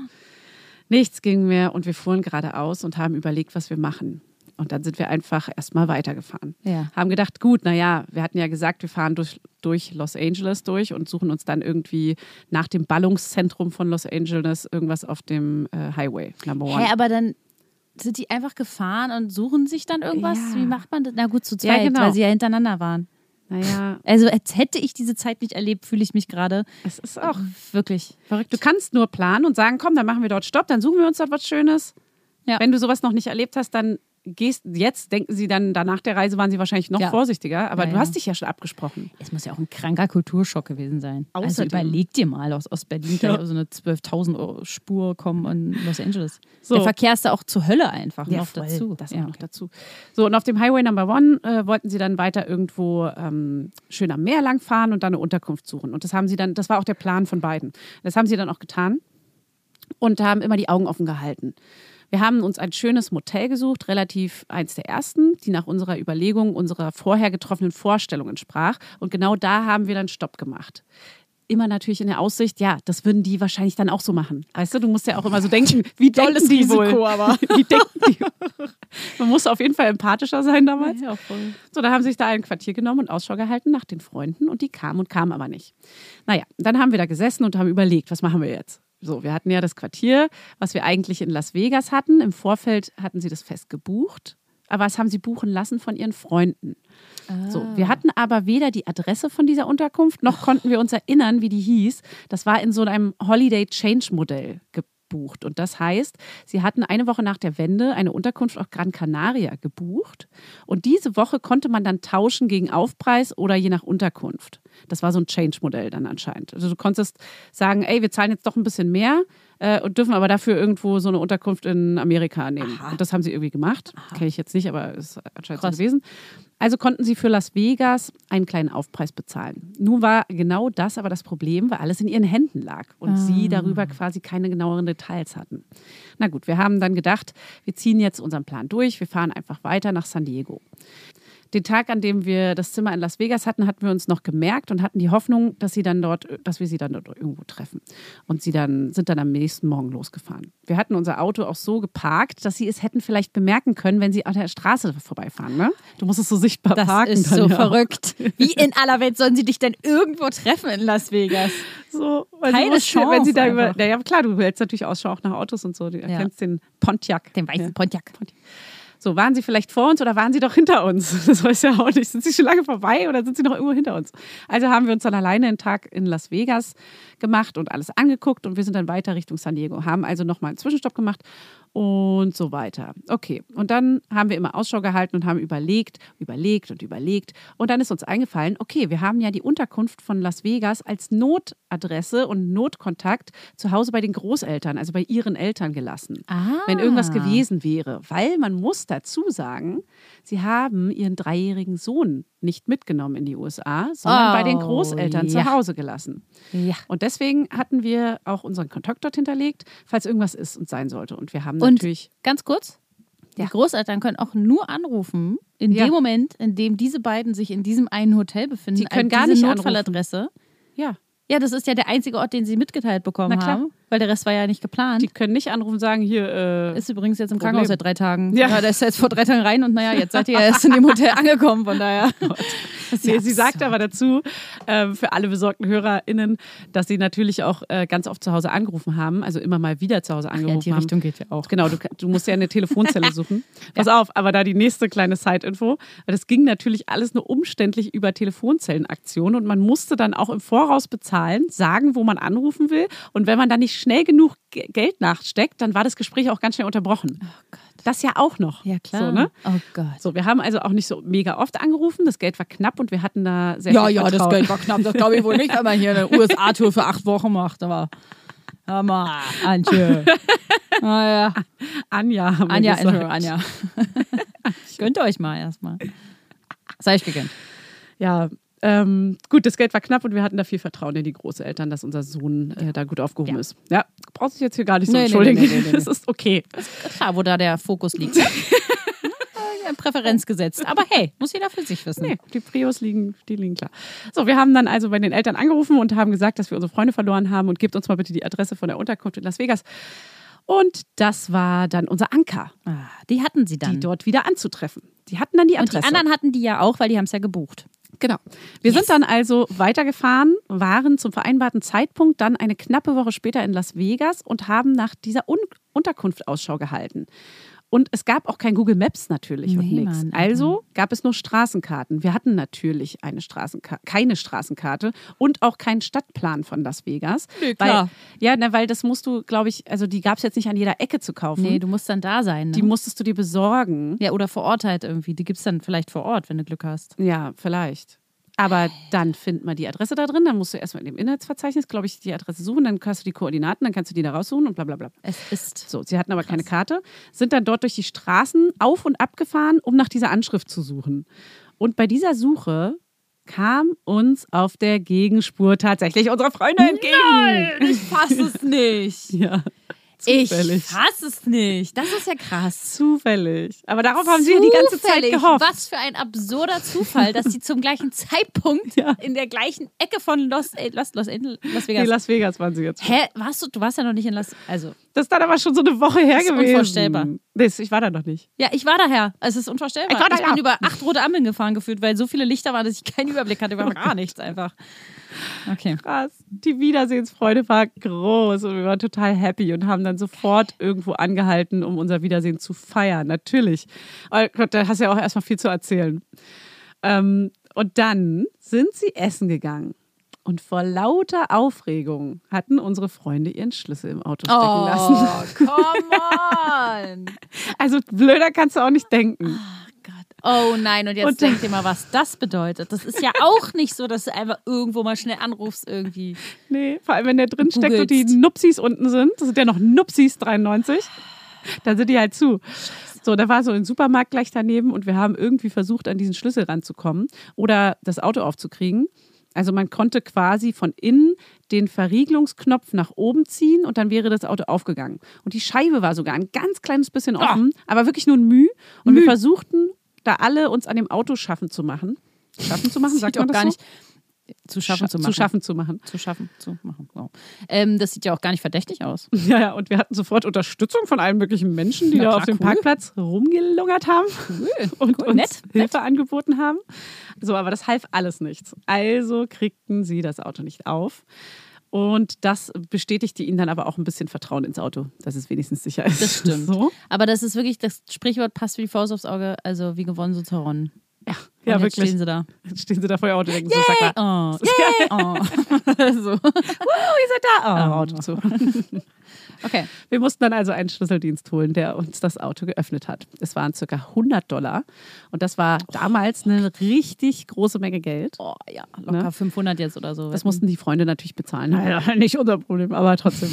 Nichts ging mehr und wir fuhren geradeaus und haben überlegt, was wir machen. Und dann sind wir einfach erstmal weitergefahren.
Ja.
Haben gedacht, gut, naja, wir hatten ja gesagt, wir fahren durch, durch Los Angeles durch und suchen uns dann irgendwie nach dem Ballungszentrum von Los Angeles irgendwas auf dem äh, Highway, Number One.
Hä, aber dann sind die einfach gefahren und suchen sich dann irgendwas?
Ja.
Wie macht man das? Na gut, zu
Ja,
zweit,
genau.
weil sie ja hintereinander waren.
naja,
Also als hätte ich diese Zeit nicht erlebt, fühle ich mich gerade
es ist auch
wirklich verrückt.
Du kannst nur planen und sagen, komm, dann machen wir dort Stopp, dann suchen wir uns dort was Schönes.
Ja.
Wenn du sowas noch nicht erlebt hast, dann gehst jetzt, denken sie dann, danach der Reise waren sie wahrscheinlich noch
Ja.
vorsichtiger, aber
Ja,
du
ja.
hast dich ja schon abgesprochen.
Es muss ja auch ein kranker Kulturschock gewesen sein. also
Außerdem-
überleg dir mal, aus Ostberlin
Ja.
ja. so eine 12.000 Euro Spur kommen in Los Angeles.
So.
Der Verkehr ist da auch zur Hölle einfach
Ja,
noch
voll.
dazu.
Das
ja,
auch noch
okay.
dazu. So, und auf dem Highway Number One äh, wollten sie dann weiter irgendwo ähm, schön am Meer lang fahren und dann eine Unterkunft suchen. Und das haben sie dann, das war auch der Plan von beiden. Das haben sie dann auch getan und haben immer die Augen offen gehalten. Wir haben uns ein schönes Motel gesucht, relativ eins der ersten, die nach unserer Überlegung, unserer vorher getroffenen Vorstellung entsprach. Und genau da haben wir dann Stopp gemacht. Immer natürlich in der Aussicht, ja, das würden die wahrscheinlich dann auch so machen. Weißt du, du musst ja auch immer so denken, wie
Denken
doll ist
die
die wohl?
Risiko, aber.
Wie denken die? Man muss auf jeden Fall empathischer sein damals.
Ja, voll.
So, da haben sie sich da ein Quartier genommen und Ausschau gehalten nach den Freunden und die kamen und kamen aber nicht. Naja, dann haben wir da gesessen und haben überlegt, was machen wir jetzt? So, wir hatten ja das Quartier, was wir eigentlich in Las Vegas hatten. Im Vorfeld hatten sie das fest gebucht, aber es haben sie buchen lassen von ihren Freunden. So, wir hatten aber weder die Adresse von dieser Unterkunft, noch konnten wir uns erinnern, wie die hieß. Das war in so einem Holiday Change Modell gebucht. Und das heißt, sie hatten eine Woche nach der Wende eine Unterkunft auf Gran Canaria gebucht. Und diese Woche konnte man dann tauschen gegen Aufpreis oder je nach Unterkunft. Das war so ein Change-Modell dann anscheinend. Also du konntest sagen, ey, wir zahlen jetzt doch ein bisschen mehr äh, und dürfen aber dafür irgendwo so eine Unterkunft in Amerika nehmen. Und das haben sie irgendwie gemacht. Kenne ich jetzt nicht, aber ist anscheinend so
Krass.
gewesen. Also konnten sie für Las Vegas einen kleinen Aufpreis bezahlen. Nun war genau das aber das Problem, weil alles in ihren Händen lag und sie darüber quasi keine genaueren Details hatten. Na gut, wir haben dann gedacht, wir ziehen jetzt unseren Plan durch, wir fahren einfach weiter nach San Diego. Den Tag, an dem wir das Zimmer in Las Vegas hatten, hatten wir uns noch gemerkt und hatten die Hoffnung, dass sie dann dort, dass wir sie dann dort irgendwo treffen. Und sie dann sind dann am nächsten Morgen losgefahren. Wir hatten unser Auto auch so geparkt, dass sie es hätten vielleicht bemerken können, wenn sie an der Straße vorbeifahren. Ne? Du musst es so sichtbar
Das
parken.
ist
dann,
so
ja.
verrückt. Wie in aller Welt sollen sie dich denn irgendwo treffen in Las Vegas?
So, weil
Keine
sie wusste, wenn sie
Chance
da über,
einfach.
naja, klar, du hältst natürlich Ausschau auch nach Autos und so. Du erkennst den Pontiac.
Den weißen
Ja.
Pontiac.
So, waren sie vielleicht vor uns oder waren sie doch hinter uns? Das weiß ja auch nicht. Sind sie schon lange vorbei oder sind sie noch irgendwo hinter uns? Also haben wir uns dann alleine einen Tag in Las Vegas gemacht und alles angeguckt und wir sind dann weiter Richtung San Diego, haben also nochmal einen Zwischenstopp gemacht und so weiter. Okay, und dann haben wir immer Ausschau gehalten und haben überlegt, überlegt und überlegt. Und dann ist uns eingefallen, okay, wir haben ja die Unterkunft von Las Vegas als Notadresse und Notkontakt zu Hause bei den Großeltern, also bei ihren Eltern gelassen
Ah.
wenn irgendwas gewesen wäre. Weil man muss dazu sagen, sie haben ihren dreijährigen Sohn nicht mitgenommen in die USA, sondern
Oh,
bei den Großeltern
ja.
zu Hause gelassen.
Ja.
Und deswegen hatten wir auch unseren Kontakt dort hinterlegt, falls irgendwas ist und sein sollte. Und wir haben
Und
natürlich.
ganz kurz,
Ja.
die Großeltern können auch nur anrufen in
Ja.
dem Moment, in dem diese beiden sich in diesem einen Hotel befinden.
Sie können
an
gar
diese
nicht anrufen.
Notfalladresse.
Ja,
Ja, das ist ja der einzige Ort, den sie mitgeteilt bekommen
Na klar.
haben, weil der Rest war ja nicht geplant.
die können nicht anrufen und sagen, hier. Äh,
ist übrigens jetzt im
Problem.
Krankenhaus seit drei Tagen.
Ja.
Ja. der ist jetzt vor drei Tagen rein und naja, jetzt seid ihr ja erst in dem Hotel angekommen, von daher. Das ist ja
Nee, sie sagt
absurd.
aber dazu, ähm, für alle besorgten HörerInnen, dass sie natürlich auch äh, ganz oft zu Hause angerufen haben, also immer mal wieder zu Hause angerufen
ja, die
haben.
Richtung geht ja auch.
Genau, du, du musst ja eine Telefonzelle suchen. Pass auf, aber da die nächste kleine Side-Info. Das ging natürlich alles nur umständlich über Telefonzellenaktionen und man musste dann auch im Voraus bezahlen, sagen, wo man anrufen will. Und wenn man dann nicht schnell genug Ge- Geld nachsteckt, dann war das Gespräch auch ganz schnell unterbrochen. Das ja auch noch.
Oh Ja, klar.
So, ne?
Oh Gott.
so, wir haben also auch nicht so mega oft angerufen. Das Geld war knapp und wir hatten da sehr viel Vertrauen.
war knapp. Das glaube ich wohl nicht, wenn man hier eine USA-Tour für acht Wochen macht. Aber hör mal, Antje. Naja.
Anja, haben wir
Anja,
gesagt.
Entschuldigung, Anja. Gönnt euch mal erstmal. Sei ich gegönnt.
Ja, ähm, gut, das Geld war knapp und wir hatten da viel Vertrauen in die Großeltern, dass unser Sohn äh, da gut aufgehoben
Ja.
ist. Ja, brauchst dich jetzt hier gar nicht so
Nee, nee,
entschuldigen.
nee, nee, nee, nee.
Das ist okay.
Klar, wo da der Fokus liegt. Ja, Präferenz gesetzt. Aber hey, muss jeder für sich wissen.
Nee, die Prios liegen, die liegen klar. So, wir haben dann also bei den Eltern angerufen und haben gesagt, dass wir unsere Freunde verloren haben und gebt uns mal bitte die Adresse von der Unterkunft in Las Vegas. Und das war dann unser Anker,
Ah, die hatten sie
die
dann.
dort wieder anzutreffen. Die hatten dann die
Und die
Adresse.
anderen hatten die ja auch, weil die haben es ja gebucht.
Genau. Wir sind dann also weitergefahren, waren zum vereinbarten Zeitpunkt dann eine knappe Woche später in Las Vegas und haben nach dieser Un Unterkunft Ausschau gehalten. Und es gab auch kein Google Maps natürlich und
Nee,
nichts.
Mann, Alter.
Also gab es nur Straßenkarten. Wir hatten natürlich eine Straßenka keine Straßenkarte und auch keinen Stadtplan von Las Vegas.
Nee, klar.
Weil, ja, na, weil das musst du, glaube ich, also die gab es jetzt nicht an jeder Ecke zu kaufen.
Nee, du musst dann da sein.
die
Ne?
musstest du dir besorgen.
Hm? Ja, oder vor Ort halt irgendwie. Die gibt es dann vielleicht vor Ort, wenn du Glück hast.
Ja, vielleicht.
Äh.
Aber dann findet man die Adresse da drin, dann musst du erstmal in dem Inhaltsverzeichnis, glaube ich, die Adresse suchen, dann hast du die Koordinaten, dann kannst du die da raussuchen und bla bla bla.
Es ist.
So, sie hatten aber keine Karte, sind dann dort durch die Straßen auf und ab gefahren, um nach dieser Anschrift zu suchen. Und bei dieser Suche kam uns auf der Gegenspur tatsächlich unsere Freunde entgegen.
ich fass es nicht.
Ja,
Ich
Zufällig.
fass es nicht. Das ist ja krass.
zufällig. Aber darauf haben sie ja die ganze Zeit
Zufällig.
gehofft.
Was für ein absurder Zufall, dass sie zum gleichen Zeitpunkt in der gleichen Ecke von Los, äh, Los, Los, Angeles- Las
Nee,
Vegas.
Las Vegas waren sie jetzt.
Hä? Warst du, du warst ja noch nicht in Las Also,
Das ist dann aber schon so eine Woche her
ist
gewesen.
unvorstellbar.
Nee, ich war da noch nicht.
ja, ich war daher. Es ist unvorstellbar.
Ich war daher.
bin über acht rote Ampeln gefahren gefühlt, weil so viele Lichter waren, dass ich keinen Überblick hatte über gar nichts einfach. Okay.
krass. Die Wiedersehensfreude war groß und wir waren total happy und haben dann sofort irgendwo angehalten, um unser Wiedersehen zu feiern. Natürlich. Oh Gott, da hast du ja auch erstmal viel zu erzählen. Ähm, und dann sind sie essen gegangen. Und vor lauter Aufregung hatten unsere Freunde ihren Schlüssel im Auto stecken
Oh.
lassen.
come on.
Also blöder kannst du auch nicht denken.
Oh nein, und jetzt
Und-
denk dir mal, was das bedeutet. Das ist ja auch nicht so, dass du einfach irgendwo mal schnell anrufst irgendwie.
Nee, vor allem wenn der drin steckt und die
Googelst.
Nupsis unten sind, das sind ja noch Nupsis 93, dann sind die halt zu. So, da war so ein Supermarkt gleich daneben und wir haben irgendwie versucht, an diesen Schlüssel ranzukommen oder das Auto aufzukriegen. Also man konnte quasi von innen den Verriegelungsknopf nach oben ziehen und dann wäre das Auto aufgegangen. Und die Scheibe war sogar ein ganz kleines bisschen
Ah.
offen, aber wirklich nur ein Müh. Und wir versuchten, da alle uns an dem Auto schaffen zu machen. Schaffen zu machen, sagt
Sieht
man das
auch gar
so?
nicht. Zu schaffen
Scha-
zu machen.
Zu schaffen zu machen.
zu schaffen, zu machen. Wow. Ähm, das sieht ja auch gar nicht verdächtig aus.
Ja, ja, und wir hatten sofort Unterstützung von allen möglichen Menschen, die
Na
da
klar,
auf dem
cool.
Parkplatz rumgelungert haben und uns
nett,
Hilfe angeboten haben. So, aber das half alles nichts. Also kriegten sie das Auto nicht auf. Und das bestätigte ihnen dann aber auch ein bisschen Vertrauen ins Auto, dass es wenigstens sicher ist.
Das stimmt.
So.
Aber das ist wirklich, das Sprichwort passt wie die Faust aufs Auge, also wie gewonnen so zu ronnen.
Ja,
Und
ja
jetzt stehen
wirklich.
sie da.
Jetzt stehen sie da vor ihr Auto und denken, so, sag mal,
Oh,
das ist ja
oh. so.
da, oh, Auto zu.
Okay.
Wir mussten dann also einen Schlüsseldienst holen, der uns das Auto geöffnet hat. Es waren circa 100 Dollar und das war damals eine richtig große Menge Geld.
Oh ja, locker 500 jetzt oder so.
Ne? Das mussten die Freunde natürlich bezahlen. Mhm. Naja, nicht unser Problem, aber trotzdem.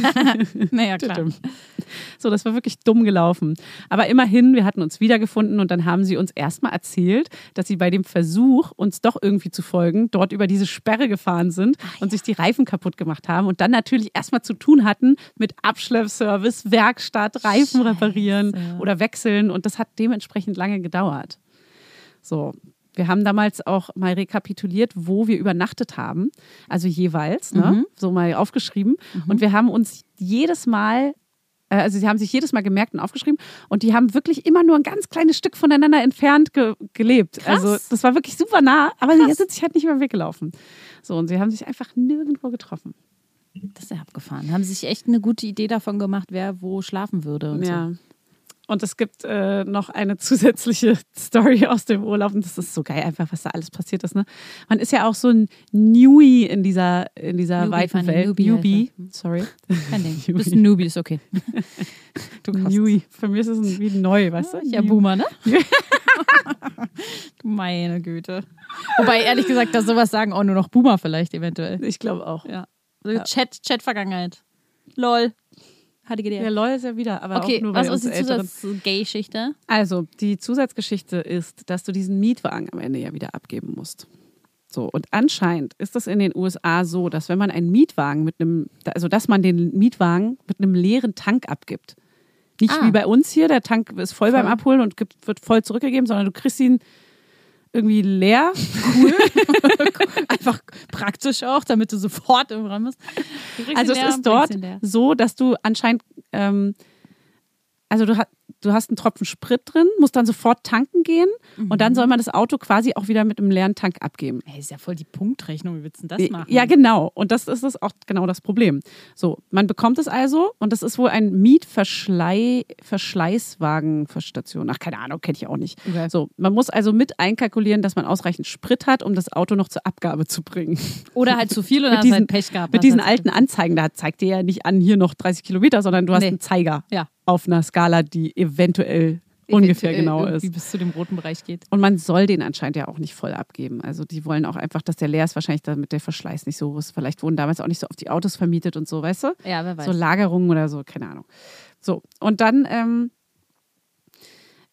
naja, klar.
Tütüm. So, das war wirklich dumm gelaufen. Aber immerhin, wir hatten uns wiedergefunden und dann haben sie uns erstmal erzählt, dass sie bei dem Versuch, uns doch irgendwie zu folgen, dort über diese Sperre gefahren sind und sich die Reifen kaputt gemacht haben und dann natürlich erstmal zu tun hatten mit Abschleppservice, Werkstatt, Reifen reparieren oder wechseln und das hat dementsprechend lange gedauert. So. Wir haben damals auch mal rekapituliert, wo wir übernachtet haben. Also jeweils, ne? so mal aufgeschrieben. Und wir haben uns jedes Mal, äh, also sie haben sich jedes Mal gemerkt und aufgeschrieben. Und die haben wirklich immer nur ein ganz kleines Stück voneinander entfernt ge gelebt.
Krass.
Also das war wirklich super nah, aber sie sind sich halt nicht mehr weggelaufen. So, und sie haben sich einfach nirgendwo getroffen.
Das ist ja abgefahren. Haben sie sich echt eine gute Idee davon gemacht, wer wo schlafen würde und so.
Ja. Und es gibt äh, noch eine zusätzliche Story aus dem Urlaub. Und das ist so geil, einfach, was da alles passiert ist. Ne? Man ist ja auch so ein Newie in dieser, in dieser
Newbie Mhm.
weiten
fand ich
Welt.
Newbie
sorry.
Kein Ding. Du bist ein Newbie, ist okay.
Du Newie. Für mich ist es ein- wie neu, weißt du?
Ja,
Newie.
Boomer, ne? Meine Güte. Wobei, ehrlich gesagt, dass sowas sagen auch nur noch Boomer vielleicht eventuell.
Ich glaube auch.
Ja. Chat, Chat-Vergangenheit. LOL. HDGDR.
Ja, LOL ist ja wieder, aber
okay,
auch nur
was
bei
ist
uns
die
Älteren.
Zusatz-Gay-Schichte?
Also, die Zusatzgeschichte ist, dass du diesen Mietwagen am Ende ja wieder abgeben musst. So, und anscheinend ist das in den USA so, dass wenn man einen Mietwagen mit einem, also dass man den Mietwagen mit einem leeren Tank abgibt. Nicht
Ah.
wie bei uns hier, der Tank ist voll, beim
Voll.
Abholen und gibt, wird voll zurückgegeben, sondern du kriegst ihn irgendwie leer.
Einfach praktisch auch, damit du sofort im Raum bist.
Also es ist dort so, dass du anscheinend, ähm, also du, ha du hast einen Tropfen Sprit drin, musst dann sofort tanken gehen
Mhm.
und dann soll man das Auto quasi auch wieder mit einem leeren Tank abgeben.
Ey, ist ja voll die Punktrechnung. Wie willst du denn das machen?
Ja, genau. Und das ist es auch genau das Problem. So, man bekommt es also und das ist wohl ein Mietverschleißwagen-Station. Ach, keine Ahnung, kenne ich auch nicht.
Okay.
So, man muss also mit einkalkulieren, dass man ausreichend Sprit hat, um das Auto noch zur Abgabe zu bringen.
Oder halt zu viel oder
Mit
hast
diesen,
halt Pech gehabt.
mit
hast
diesen
halt-
alten Anzeigen, da zeigt dir ja nicht an, hier noch 30 Kilometer, sondern du hast
Nee.
einen Zeiger
Ja.
auf einer Skala, die eventuell, ungefähr
eventuell
genau
irgendwie
ist.
bis zu dem roten Bereich geht.
Und man soll den anscheinend ja auch nicht voll abgeben. Also die wollen auch einfach, dass der leer ist, wahrscheinlich damit der Verschleiß nicht so groß ist. Vielleicht wurden damals auch nicht so oft die Autos vermietet und so, weißt du?
Ja, wer weiß.
So Lagerungen oder so, keine Ahnung. So, und dann ähm,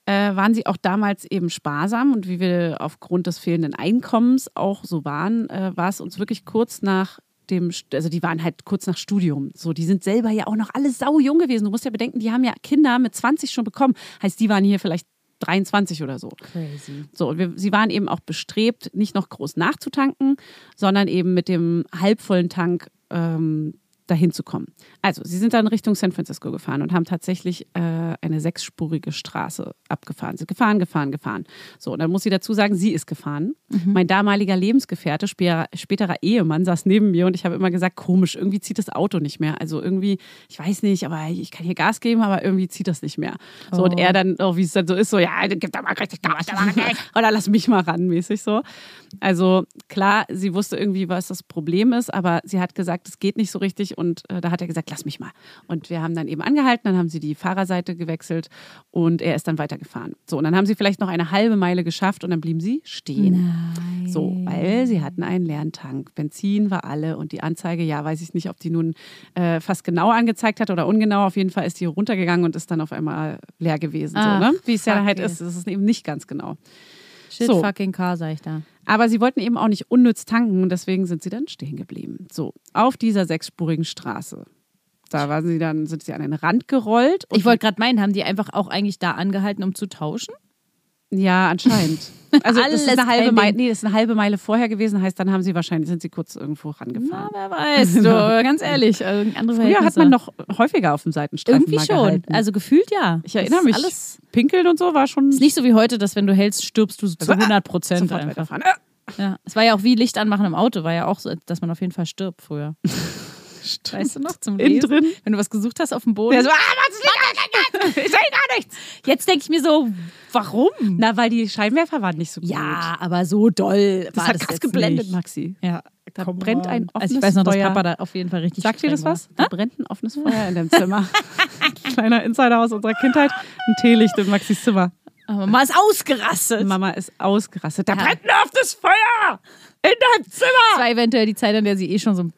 äh, waren sie auch damals eben sparsam und wie wir aufgrund des fehlenden Einkommens auch so waren, äh, war es uns wirklich kurz nach dem, St- also die waren halt kurz nach Studium. So, die sind selber ja auch noch alle saujung gewesen. Du musst ja bedenken, die haben ja Kinder mit 20 schon bekommen. Heißt, die waren hier vielleicht 23 oder so.
Crazy.
So, und wir, sie waren eben auch bestrebt, nicht noch groß nachzutanken, sondern eben mit dem halbvollen Tank ähm, dahin zu kommen. Also, sie sind dann Richtung San Francisco gefahren und haben tatsächlich äh, eine sechsspurige Straße abgefahren. Sie sind gefahren, gefahren, gefahren. So, und dann muss sie dazu sagen, sie ist gefahren. Mein damaliger Lebensgefährte, später, späterer Ehemann, saß neben mir und ich habe immer gesagt, komisch, irgendwie zieht das Auto nicht mehr. Also irgendwie, ich weiß nicht, aber ich kann hier Gas geben, aber irgendwie zieht das nicht mehr. So, und
Oh.
er dann, oh, wie es dann so ist, so, ja, gib da mal richtig Gas, da mal Gas. oder lass mich mal ran, mäßig so. Also klar, sie wusste irgendwie, was das Problem ist, aber sie hat gesagt, es geht nicht so richtig und äh, da hat er gesagt, lass mich mal. Und wir haben dann eben angehalten, dann haben sie die Fahrerseite gewechselt und er ist dann weitergefahren. So, und dann haben sie vielleicht noch eine halbe Meile geschafft und dann blieben sie stehen.
Nein.
So, weil sie hatten einen leeren Tank. Benzin war alle und die Anzeige, ja, weiß ich nicht, ob die nun äh, fast genau angezeigt hat oder ungenau. Auf jeden Fall ist die runtergegangen und ist dann auf einmal leer gewesen.
Ach,
so, ne? Wie es ja
fuck,
halt
ey.
ist, das ist eben nicht ganz genau.
Shit
So.
fucking car, sag ich da.
Aber sie wollten eben auch nicht unnütz tanken und deswegen sind sie dann stehen geblieben. So, auf dieser sechsspurigen Straße. Da waren sie dann, sind sie an den Rand gerollt. Und
Ich wollte gerade meinen, haben die einfach auch eigentlich da angehalten, um zu tauschen?
Ja, anscheinend. Also das
Alles
ist, eine halbe
kein
Meile,
Ding.
nee, das ist eine halbe Meile vorher gewesen, heißt, dann haben sie wahrscheinlich, sind sie kurz irgendwo rangefahren.
Na, wer weiß. Du, ganz ehrlich. also Andere
Früher hat
Verhältnisse.
man noch häufiger auf dem Seitenstreifen
Irgendwie
mal
schon.
gehalten.
Also gefühlt ja.
ich erinnere mich,
Das ist Alles
pinkeln und so war schon
ist nicht so wie heute, dass wenn du hältst, stirbst du zu 100 Prozent
sofort
einfach.
weiterfahren. Ah,
Ja. Es war ja auch wie Licht anmachen im Auto, war ja auch so, dass man auf jeden Fall stirbt früher.
stimmt.
Weißt du noch? Zum
Innen
Lesen.
drin.
Wenn du was gesucht hast auf dem Boden.
Der so, ah, Mats, ich sehe gar nichts.
Jetzt denke ich mir so, warum?
Na, weil die Scheinwerfer waren nicht so gut.
Ja, aber so doll
das
war
hat
das
krass
jetzt
geblendet,
nicht.
Maxi.
Ja,
Da
come
brennt
on.
ein offenes
Also ich weiß noch, dass
Feuer.
Papa da auf jeden Fall richtig
Sagt dir das
streng
was? Da brennt ein offenes Feuer in deinem Zimmer. Kleiner Insider aus unserer Kindheit. Ein Teelicht in Maxis Zimmer.
war. Aber Mama ist ausgerastet.
Mama ist ausgerastet. Da
Ja.
brennt ein offenes Feuer in deinem Zimmer.
Das war eventuell die Zeit, an der sie eh schon so ein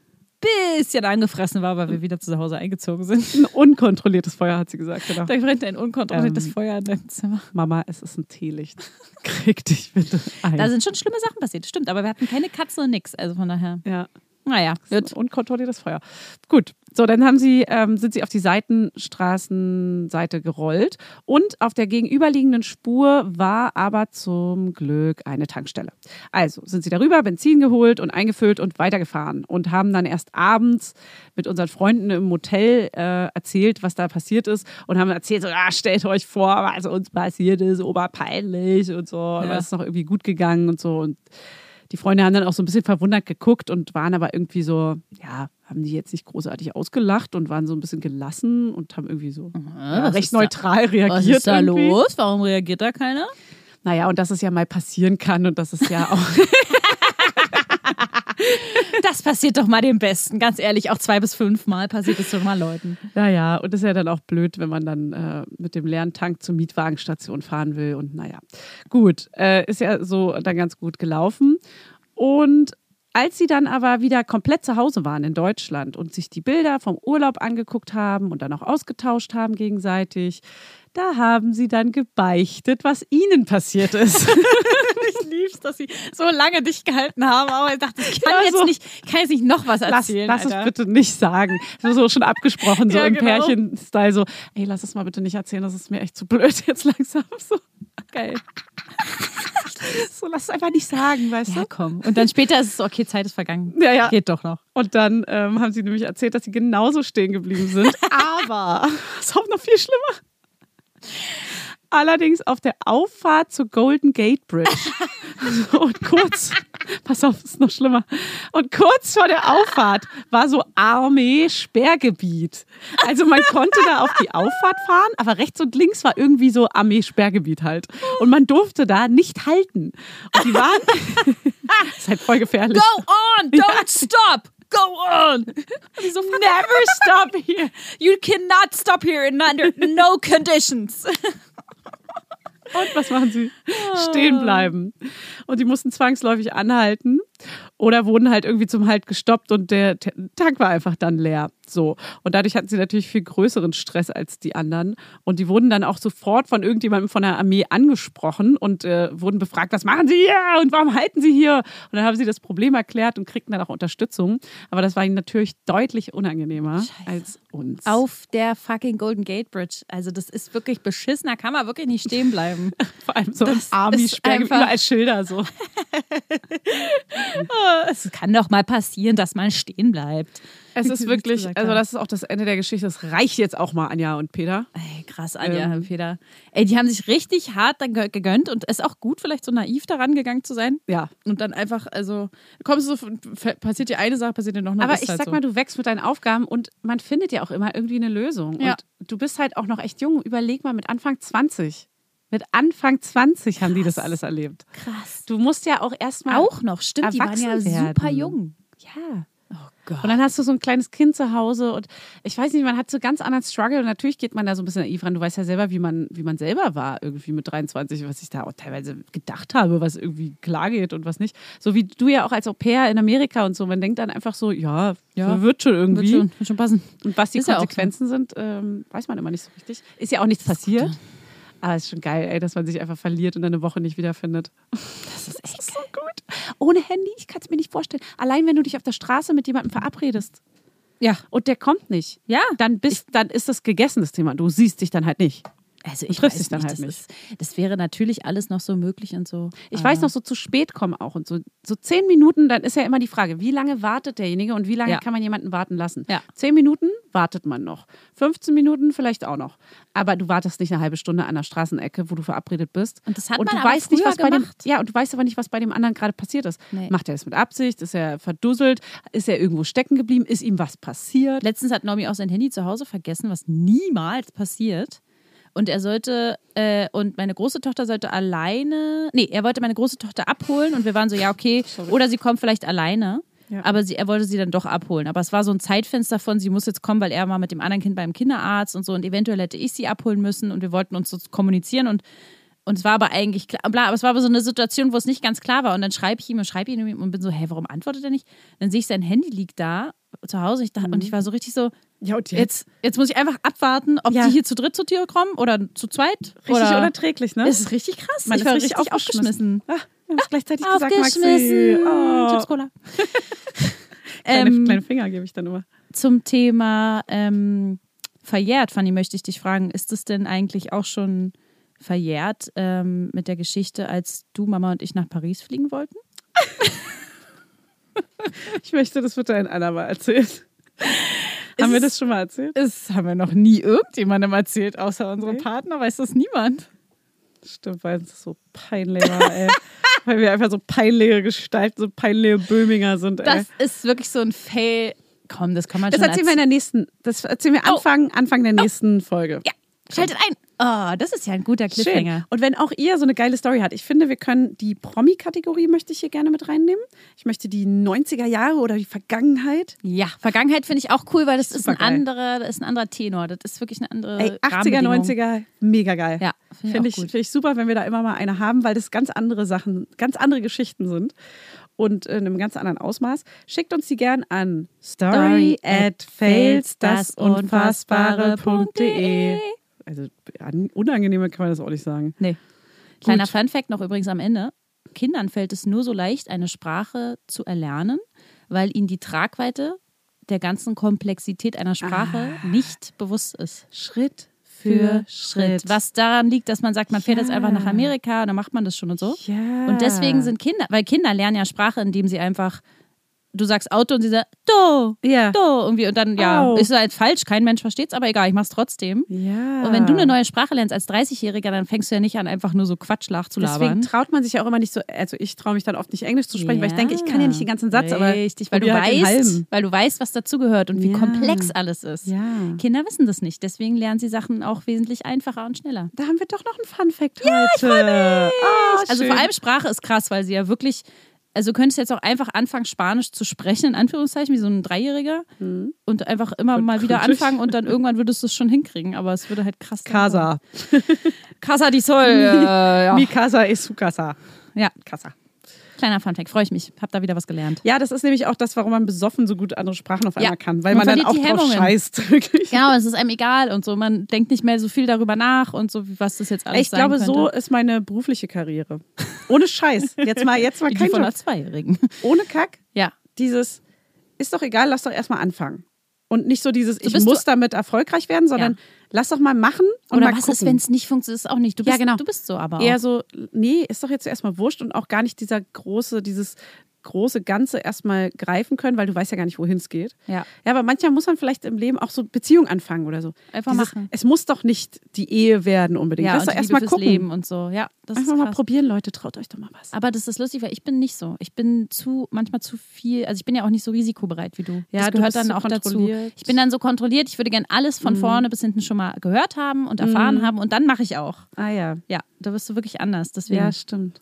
bisschen angefressen war, weil wir wieder zu Hause eingezogen sind.
Ein unkontrolliertes Feuer, hat sie gesagt. Genau.
Da brennt ein unkontrolliertes
Ähm.
Feuer in deinem Zimmer.
Mama, es ist ein Teelicht. Krieg dich bitte ein.
Da sind schon schlimme Sachen passiert, stimmt. Aber wir hatten keine Katzen und nix. Also von daher,
ja,
naja,
es
wird
ist ein unkontrolliertes Feuer. Gut, so dann haben sie, ähm, sind sie auf die Seitenstraßenseite gerollt und auf der gegenüberliegenden Spur war aber zum Glück eine Tankstelle. Also sind sie darüber, Benzin geholt und eingefüllt und weitergefahren und haben dann erst abends mit unseren Freunden im Motel äh, erzählt, was da passiert ist und haben erzählt, so, ah, stellt euch vor, was uns passiert ist, oberpeinlich und so, und
Ja.
was ist noch irgendwie gut gegangen und so und die Freunde haben dann auch so ein bisschen verwundert geguckt und waren aber irgendwie so, ja, haben die jetzt nicht großartig ausgelacht und waren so ein bisschen gelassen und haben irgendwie so ja,
was
recht
ist da-
neutral reagiert.
was ist da
irgendwie.
los? Warum reagiert da keiner?
Naja, und dass es ja mal passieren kann und dass es ja auch.
Das passiert doch mal dem Besten. Ganz ehrlich, auch zwei bis fünf Mal passiert es schon mal Leuten.
Naja, und ist ja dann auch blöd, wenn man dann äh, mit dem leeren Tank zur Mietwagenstation fahren will. Und naja, gut, äh, ist ja so dann ganz gut gelaufen. Und Als sie dann aber wieder komplett zu Hause waren in Deutschland und sich die Bilder vom Urlaub angeguckt haben und dann auch ausgetauscht haben gegenseitig, da haben sie dann gebeichtet, was ihnen passiert ist.
ich lieb's, dass sie so lange dich gehalten haben, aber ich dachte, ich kann
Ja,
jetzt
so.
nicht, kann jetzt nicht noch was
Lass,
erzählen.
lass es
Alter.
bitte nicht sagen. So, so schon abgesprochen, so
Ja,
im
genau.
Pärchen-Style. So, ey, lass es mal bitte nicht erzählen, das ist mir echt zu blöd jetzt langsam. So,
Geil.
so lass es einfach nicht sagen, weißt
Ja,
du?
komm. Und dann später ist es so, okay, Zeit ist vergangen.
Ja, ja.
Geht doch noch.
Und dann ähm, haben sie nämlich erzählt, dass sie genauso stehen geblieben sind. Aber es ist auch noch viel schlimmer. Allerdings auf der Auffahrt zur Golden Gate Bridge. So, Und kurz, pass auf, ist noch schlimmer. Und kurz vor der Auffahrt war so Armee-Sperrgebiet. Also man konnte da auf die Auffahrt fahren, aber rechts und links war irgendwie so Armee-Sperrgebiet halt. Und man durfte da nicht halten. Und die waren, das ist halt voll gefährlich.
Go on, don't stop. Go on. Wieso
Never stop here.
You cannot stop here in under no conditions.
Und was machen sie? Stehen bleiben. Und die mussten zwangsläufig anhalten oder wurden halt irgendwie zum Halt gestoppt und der T- Tank war einfach dann leer. So. Und dadurch hatten sie natürlich viel größeren Stress als die anderen. Und die wurden dann auch sofort von irgendjemandem von der Armee angesprochen und äh, wurden befragt, was machen sie hier und warum halten sie hier? Und dann haben sie das Problem erklärt und kriegten dann auch Unterstützung. Aber das war ihnen natürlich deutlich unangenehmer als uns.
Auf der fucking Golden Gate Bridge. Also das ist wirklich beschissen. Da kann man wirklich nicht stehen bleiben.
Vor allem so ein
Das ist
Army-Sperrgebiet,
einfach-
überall Schilder so.
Es kann doch mal passieren, dass man stehen bleibt.
Es
Wie
ist
wir
wirklich,
gesagt
also
haben.
das ist auch das Ende der Geschichte. Das reicht jetzt auch mal, Anja und Peter.
Ey, krass, Anja,
Ähm.
Feder. Ey, die haben sich richtig hart dann ge- gegönnt und ist auch gut, vielleicht so naiv daran gegangen zu sein.
Ja.
Und dann einfach, also, kommst du, so- f- passiert dir eine Sache, passiert dir noch eine
Aber
ist
ich
halt
sag
so.
mal, du wächst mit deinen Aufgaben und man findet ja auch immer irgendwie eine Lösung.
Ja.
Und du bist halt auch noch echt jung. Überleg mal mit Anfang 20. Mit Anfang 20 haben die das alles erlebt.
krass.
Du musst ja auch erstmal.
Auch noch, stimmt, die waren ja
Erwachsen werden.
super jung.
Ja.
Oh Gott.
Und dann hast du so ein kleines Kind zu Hause und ich weiß nicht, man hat so ganz anderen Struggle und natürlich geht man da so ein bisschen naiv ran. Du weißt ja selber, wie man, wie man selber war irgendwie mit 23, was ich da auch teilweise gedacht habe, was irgendwie klar geht und was nicht. So wie du ja auch als Au pair in Amerika und so. Man denkt dann einfach so, ja,
Ja,
wird schon
Wird
irgendwie.
schon, wird schon passen.
Und was die
Ist ja auch so. Oh
Konsequenzen sind, ähm, weiß man immer nicht so richtig. Ist ja auch nichts passiert. Aber ist schon geil, ey, dass man sich einfach verliert und dann eine Woche nicht wiederfindet. Das ist echt so gut. Ohne Handy, ich kann es mir nicht vorstellen. Allein wenn du dich auf der Straße mit jemandem verabredest
Ja.
und der kommt nicht,
Ja.
dann, bist, dann ist das gegessen, das Thema. Du siehst dich dann halt nicht.
Also
Und
ich
triffst
weiß
dich dann
nicht,
halt
das, Ist, das wäre natürlich alles noch so möglich und so. Ähm,
Ich weiß noch, so zu spät kommen auch und so, so zehn Minuten, dann ist ja immer die Frage, wie lange wartet derjenige und wie lange
Ja.
kann man jemanden warten lassen?
Ja.
Zehn Minuten wartet man noch, 15 Minuten vielleicht auch noch, aber du wartest nicht eine halbe Stunde an der Straßenecke, wo du verabredet bist.
Und das hat
und
man
du
aber
weißt nicht,
früher
was bei dem,
gemacht.
ja und du weißt aber nicht, was bei dem anderen gerade passiert ist.
Nee.
Macht er das mit Absicht? Ist er verdusselt? Ist er irgendwo stecken geblieben? Ist ihm was passiert?
Letztens hat Nomi auch sein Handy zu Hause vergessen, was niemals passiert. Und er sollte, äh, und meine große Tochter sollte alleine, nee, er wollte meine große Tochter abholen und wir waren so, ja, okay, oder sie kommt vielleicht alleine.
Ja.
Aber sie, er wollte sie dann doch abholen. Aber es war so ein Zeitfenster von, sie muss jetzt kommen, weil er war mit dem anderen Kind beim Kinderarzt und so und eventuell hätte ich sie abholen müssen und wir wollten uns so kommunizieren und und es war aber eigentlich klar, bla, aber es war aber so eine Situation, wo es nicht ganz klar war. Und dann schreibe ich ihm und schreibe ihm und bin so, hä, warum antwortet er nicht? Dann sehe ich, sein Handy liegt da zu Hause. Ich dachte, Und ich war so richtig so,
Ja und
jetzt, jetzt muss ich einfach abwarten, ob
Ja.
sie hier zu dritt zur Tür kommen oder zu zweit.
richtig
oder
unerträglich, ne?
Es ist richtig krass.
Man
ich
ist
war
richtig
richtig
aufgeschmissen.
aufgeschmissen.
Ah, wir haben es gleichzeitig
Aufgeschmissen.
gesagt, Maxi.
Chips
Oh. Äh,
Cola.
Kleine,
ähm,
kleine Finger gebe ich dann immer.
Zum Thema ähm, verjährt, Fanny, möchte ich dich fragen, ist es denn eigentlich auch schon verjährt ähm, mit der Geschichte, als du, Mama und ich nach Paris fliegen wollten?
Ich möchte, das wird ein andermal erzählt. Haben wir
es-
das schon mal erzählt?
Das haben wir noch nie irgendjemandem erzählt, außer unserem
Nee.
Partner weiß das niemand.
Stimmt, weil es so peinlich war, ey. weil wir einfach so peinliche Gestalten, so peinliche Böhminger sind, ey.
Das ist wirklich so ein Fail. Komm, das kann man
Das
schon
Oh. erzählen wir in der nächsten, das erzählen wir Anfang, Anfang der nächsten Folge.
Ja, Schaltet ein. Oh, das ist ja ein guter
Schön.
Cliffhanger.
Und wenn auch ihr so eine geile Story habt, ich finde, wir können die Promi-Kategorie möchte ich hier gerne mit reinnehmen. Ich möchte die 90er Jahre oder die Vergangenheit.
Ja, Vergangenheit finde ich auch cool, weil das ist ein,
Supergeil.
anderer, das ist ein anderer Tenor. Das ist wirklich eine andere
Ey, 80er,
Rahmenbedingung.
90er, mega geil.
Äh, Ja, finde ich
finde
auch
ich,
gut.
find ich super, wenn wir da immer mal eine haben, weil das ganz andere Sachen, ganz andere Geschichten sind und in einem ganz anderen Ausmaß. Schickt uns die gern an story at
E.
failsdasunfassbare.de. Also an- unangenehmer kann man das auch nicht sagen.
Nee. Kleiner Funfact noch übrigens am Ende. Kindern fällt es nur so leicht, eine Sprache zu erlernen, weil ihnen die Tragweite der ganzen Komplexität einer Sprache nicht bewusst ist.
Schritt
Was daran liegt, dass man sagt, man fährt jetzt
Ja.
einfach nach Amerika und dann macht man das schon und so.
Ja.
Und deswegen sind Kinder, weil Kinder lernen ja Sprache, indem sie einfach, du sagst Auto und sie sagen, do,
Ja.
do, irgendwie. Und dann, ja,
Au.
ist halt falsch, kein Mensch versteht's, aber egal, ich mach's trotzdem.
Ja.
Und wenn
Ah.
du eine neue Sprache lernst als 30-Jähriger, dann fängst du ja nicht an, einfach nur so Quatschlach zu
Deswegen
labern.
traut man sich ja auch immer nicht so, also ich traue mich dann oft nicht Englisch zu sprechen, weil ich
Ja.
denke, ich kann ja nicht den ganzen Satz, aber
Richtig, weil du,
probier halt den
weißt,
halben.
weil du weißt, was dazugehört und wie
Ja.
komplex alles ist.
Ja.
Kinder wissen das nicht, deswegen lernen sie Sachen auch wesentlich einfacher und schneller.
Da haben wir doch noch einen Fun Fact heute. Ich mich. Oh,
Also
schön.
vor allem Sprache ist krass, weil sie ja wirklich, also du könntest jetzt auch einfach anfangen, Spanisch zu sprechen, in Anführungszeichen, wie so ein Dreijähriger.
Mhm.
Und einfach immer mal wieder
gründlich.
anfangen und dann irgendwann würdest du es schon hinkriegen, aber es würde halt krass
Casa.
Casa di Sol. Äh, ja.
Mi casa es su casa.
ja,
Casa.
kleiner Funfact, freue ich mich. Hab da wieder was gelernt.
Ja, das ist nämlich auch das, warum man besoffen so gut andere Sprachen auf
Ja.
einmal kann, weil man,
Man
dann auch
verliert die
drauf
Hemmungen.
scheißt. Wirklich.
Genau, es ist einem egal und so. Man denkt nicht mehr so viel darüber nach und so, wie- was das jetzt alles
Ich
sein
glaube,
könnte.
so ist meine berufliche Karriere. Ohne Scheiß. Jetzt mal, jetzt mal
Die
kein
von einer
Job.
Zweijährigen.
Ohne Kack.
Ja.
dieses ist doch egal, lass doch erstmal anfangen. Und nicht so dieses, ich
bist
muss damit erfolgreich werden, sondern
Ja.
lass doch mal machen und
Oder
mal
was
gucken.
ist, wenn es nicht funktioniert? Ist auch nicht. Du
Ja,
bist,
genau.
du bist so aber auch.
Eher so, nee, ist doch jetzt erstmal wurscht und auch gar nicht dieser große, dieses große Ganze erstmal greifen können, weil du weißt ja gar nicht, wohin es geht.
Ja.
ja, aber manchmal muss man vielleicht im Leben auch so Beziehung anfangen oder so.
Einfach machen.
Es muss doch nicht die Ehe werden unbedingt.
ja,
lass
und
doch
die
erstmal
Liebe fürs
gucken.
Leben und so. Ja, das
Einfach
ist
mal
krass.
probieren, Leute, traut euch doch mal was.
Aber das ist lustig, weil ich bin nicht so. Ich bin zu, manchmal zu viel, also ich bin ja auch nicht so risikobereit wie du.
Ja,
das
du
gehört
bist
dann
so
auch dazu.
kontrolliert. Mhm.
Ich bin dann so kontrolliert, ich würde gern alles von vorne bis hinten schon mal gehört haben und erfahren haben und dann mache ich auch.
Ah ja.
Ja, da bist du wirklich anders. Deswegen,
Ja, stimmt.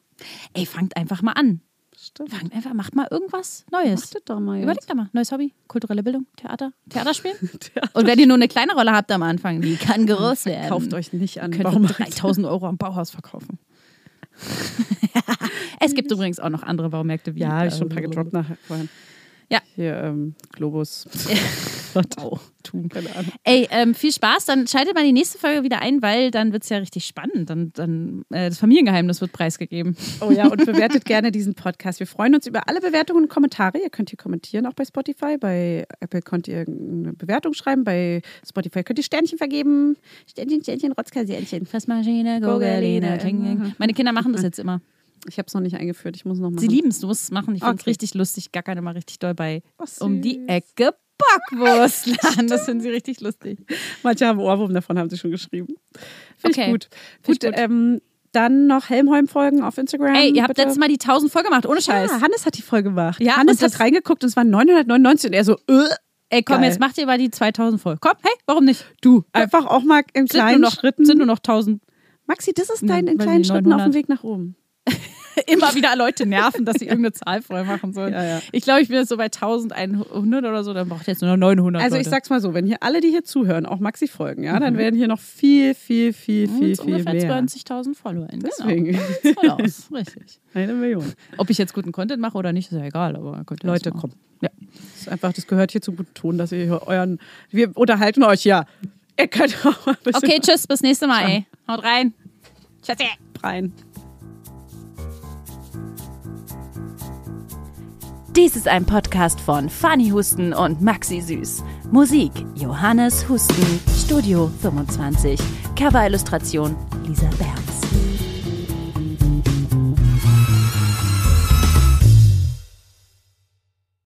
ey, fangt einfach mal an.
Stimmt.
Fangt einfach, macht mal irgendwas Neues.
Achtet doch mal jetzt.
Überlegt da mal, neues Hobby, kulturelle Bildung, Theater, Theater spielen. Und wenn ihr nur eine kleine Rolle habt am Anfang, die kann groß werden.
Kauft euch nicht an.
Ähm, Könnt ihr
Warum
3000 Euro am Bauhaus verkaufen. es gibt übrigens auch noch andere Baumärkte wie. äh,
Ja, habe ich schon ein paar gedroppt nachher vorhin.
Also, Ja.
Hier, ähm, Globus. Wow. Tun, keine Ahnung.
Ey, ähm, viel Spaß. Dann schaltet mal die nächste Folge wieder ein, weil dann wird es ja richtig spannend. Dann, dann äh, das Familiengeheimnis wird preisgegeben.
Oh ja, und bewertet gerne diesen Podcast. Wir freuen uns über alle Bewertungen und Kommentare. Ihr könnt hier kommentieren, auch bei Spotify. Bei Apple könnt ihr eine Bewertung schreiben. Bei Spotify könnt ihr Sternchen vergeben. Sternchen, Sternchen, Rotzkasernchen.
Fassmaschine,
äh,
Goggeline, äh, Kling,
mhm.
Kling. Meine Kinder machen das jetzt immer.
Ich habe es noch nicht eingeführt. Ich muss noch mal.
Sie lieben es, du musst es machen. Ich finde es
Okay.
richtig lustig. Gackern immer richtig doll bei
Ach, süß.
um die Ecke Bockwurst. das finden sie richtig lustig.
Manche haben Ohrwurm davon, haben sie schon geschrieben. Finde
Okay.
ich gut.
Finde ich
gut,
gut.
Ähm, dann noch Helmholm folgen auf Instagram.
Ey, ihr habt
bitte.
letztes Mal die 1000 voll gemacht, ohne Scheiß.
Ja, Hannes hat die voll gemacht.
Ja,
Hannes
und das-
hat reingeguckt und es waren 999 und er so, äh,
Ey, komm,
Geil.
jetzt macht ihr mal die 2000 voll. Komm, hey, warum nicht? Äh,
du, einfach auch mal in
Sind
kleinen
nur noch,
Schritten.
Sind nur noch 1000.
Maxi, das ist dein in
weil
kleinen
die
Schritten auf
900.
dem Weg nach oben.
Immer wieder Leute nerven, dass sie irgendeine Zahl voll machen sollen.
Ja, ja.
Ich glaube, ich bin jetzt so bei 1100 oder so, dann braucht ihr jetzt nur noch 900.
Also ich
Leute.
sag's mal so, wenn hier alle, die hier zuhören, auch Maxi folgen, ja, dann werden hier noch viel, viel, viel,
Hm,
viel,
jetzt
viel
ungefähr
mehr.
20.000 Follower. Genau.
Deswegen
Sieht's voll aus. Richtig.
eine Million.
Ob ich jetzt guten Content mache oder nicht, ist ja egal. Aber könnt ihr das
Leute,
machen.
komm. Ja. Das ist einfach, das gehört hier zum guten Ton, dass ihr hier euren, wir unterhalten euch ja. Ihr könnt auch mal ein bisschen
Okay, tschüss, bis nächste Mal, ey. Haut rein. Tschüssi.
rein.
Dies ist ein Podcast von Fanny Husten und Maxi Süß. Musik Johannes Husten, Studio 25. Cover-Illustration Lisa Berg.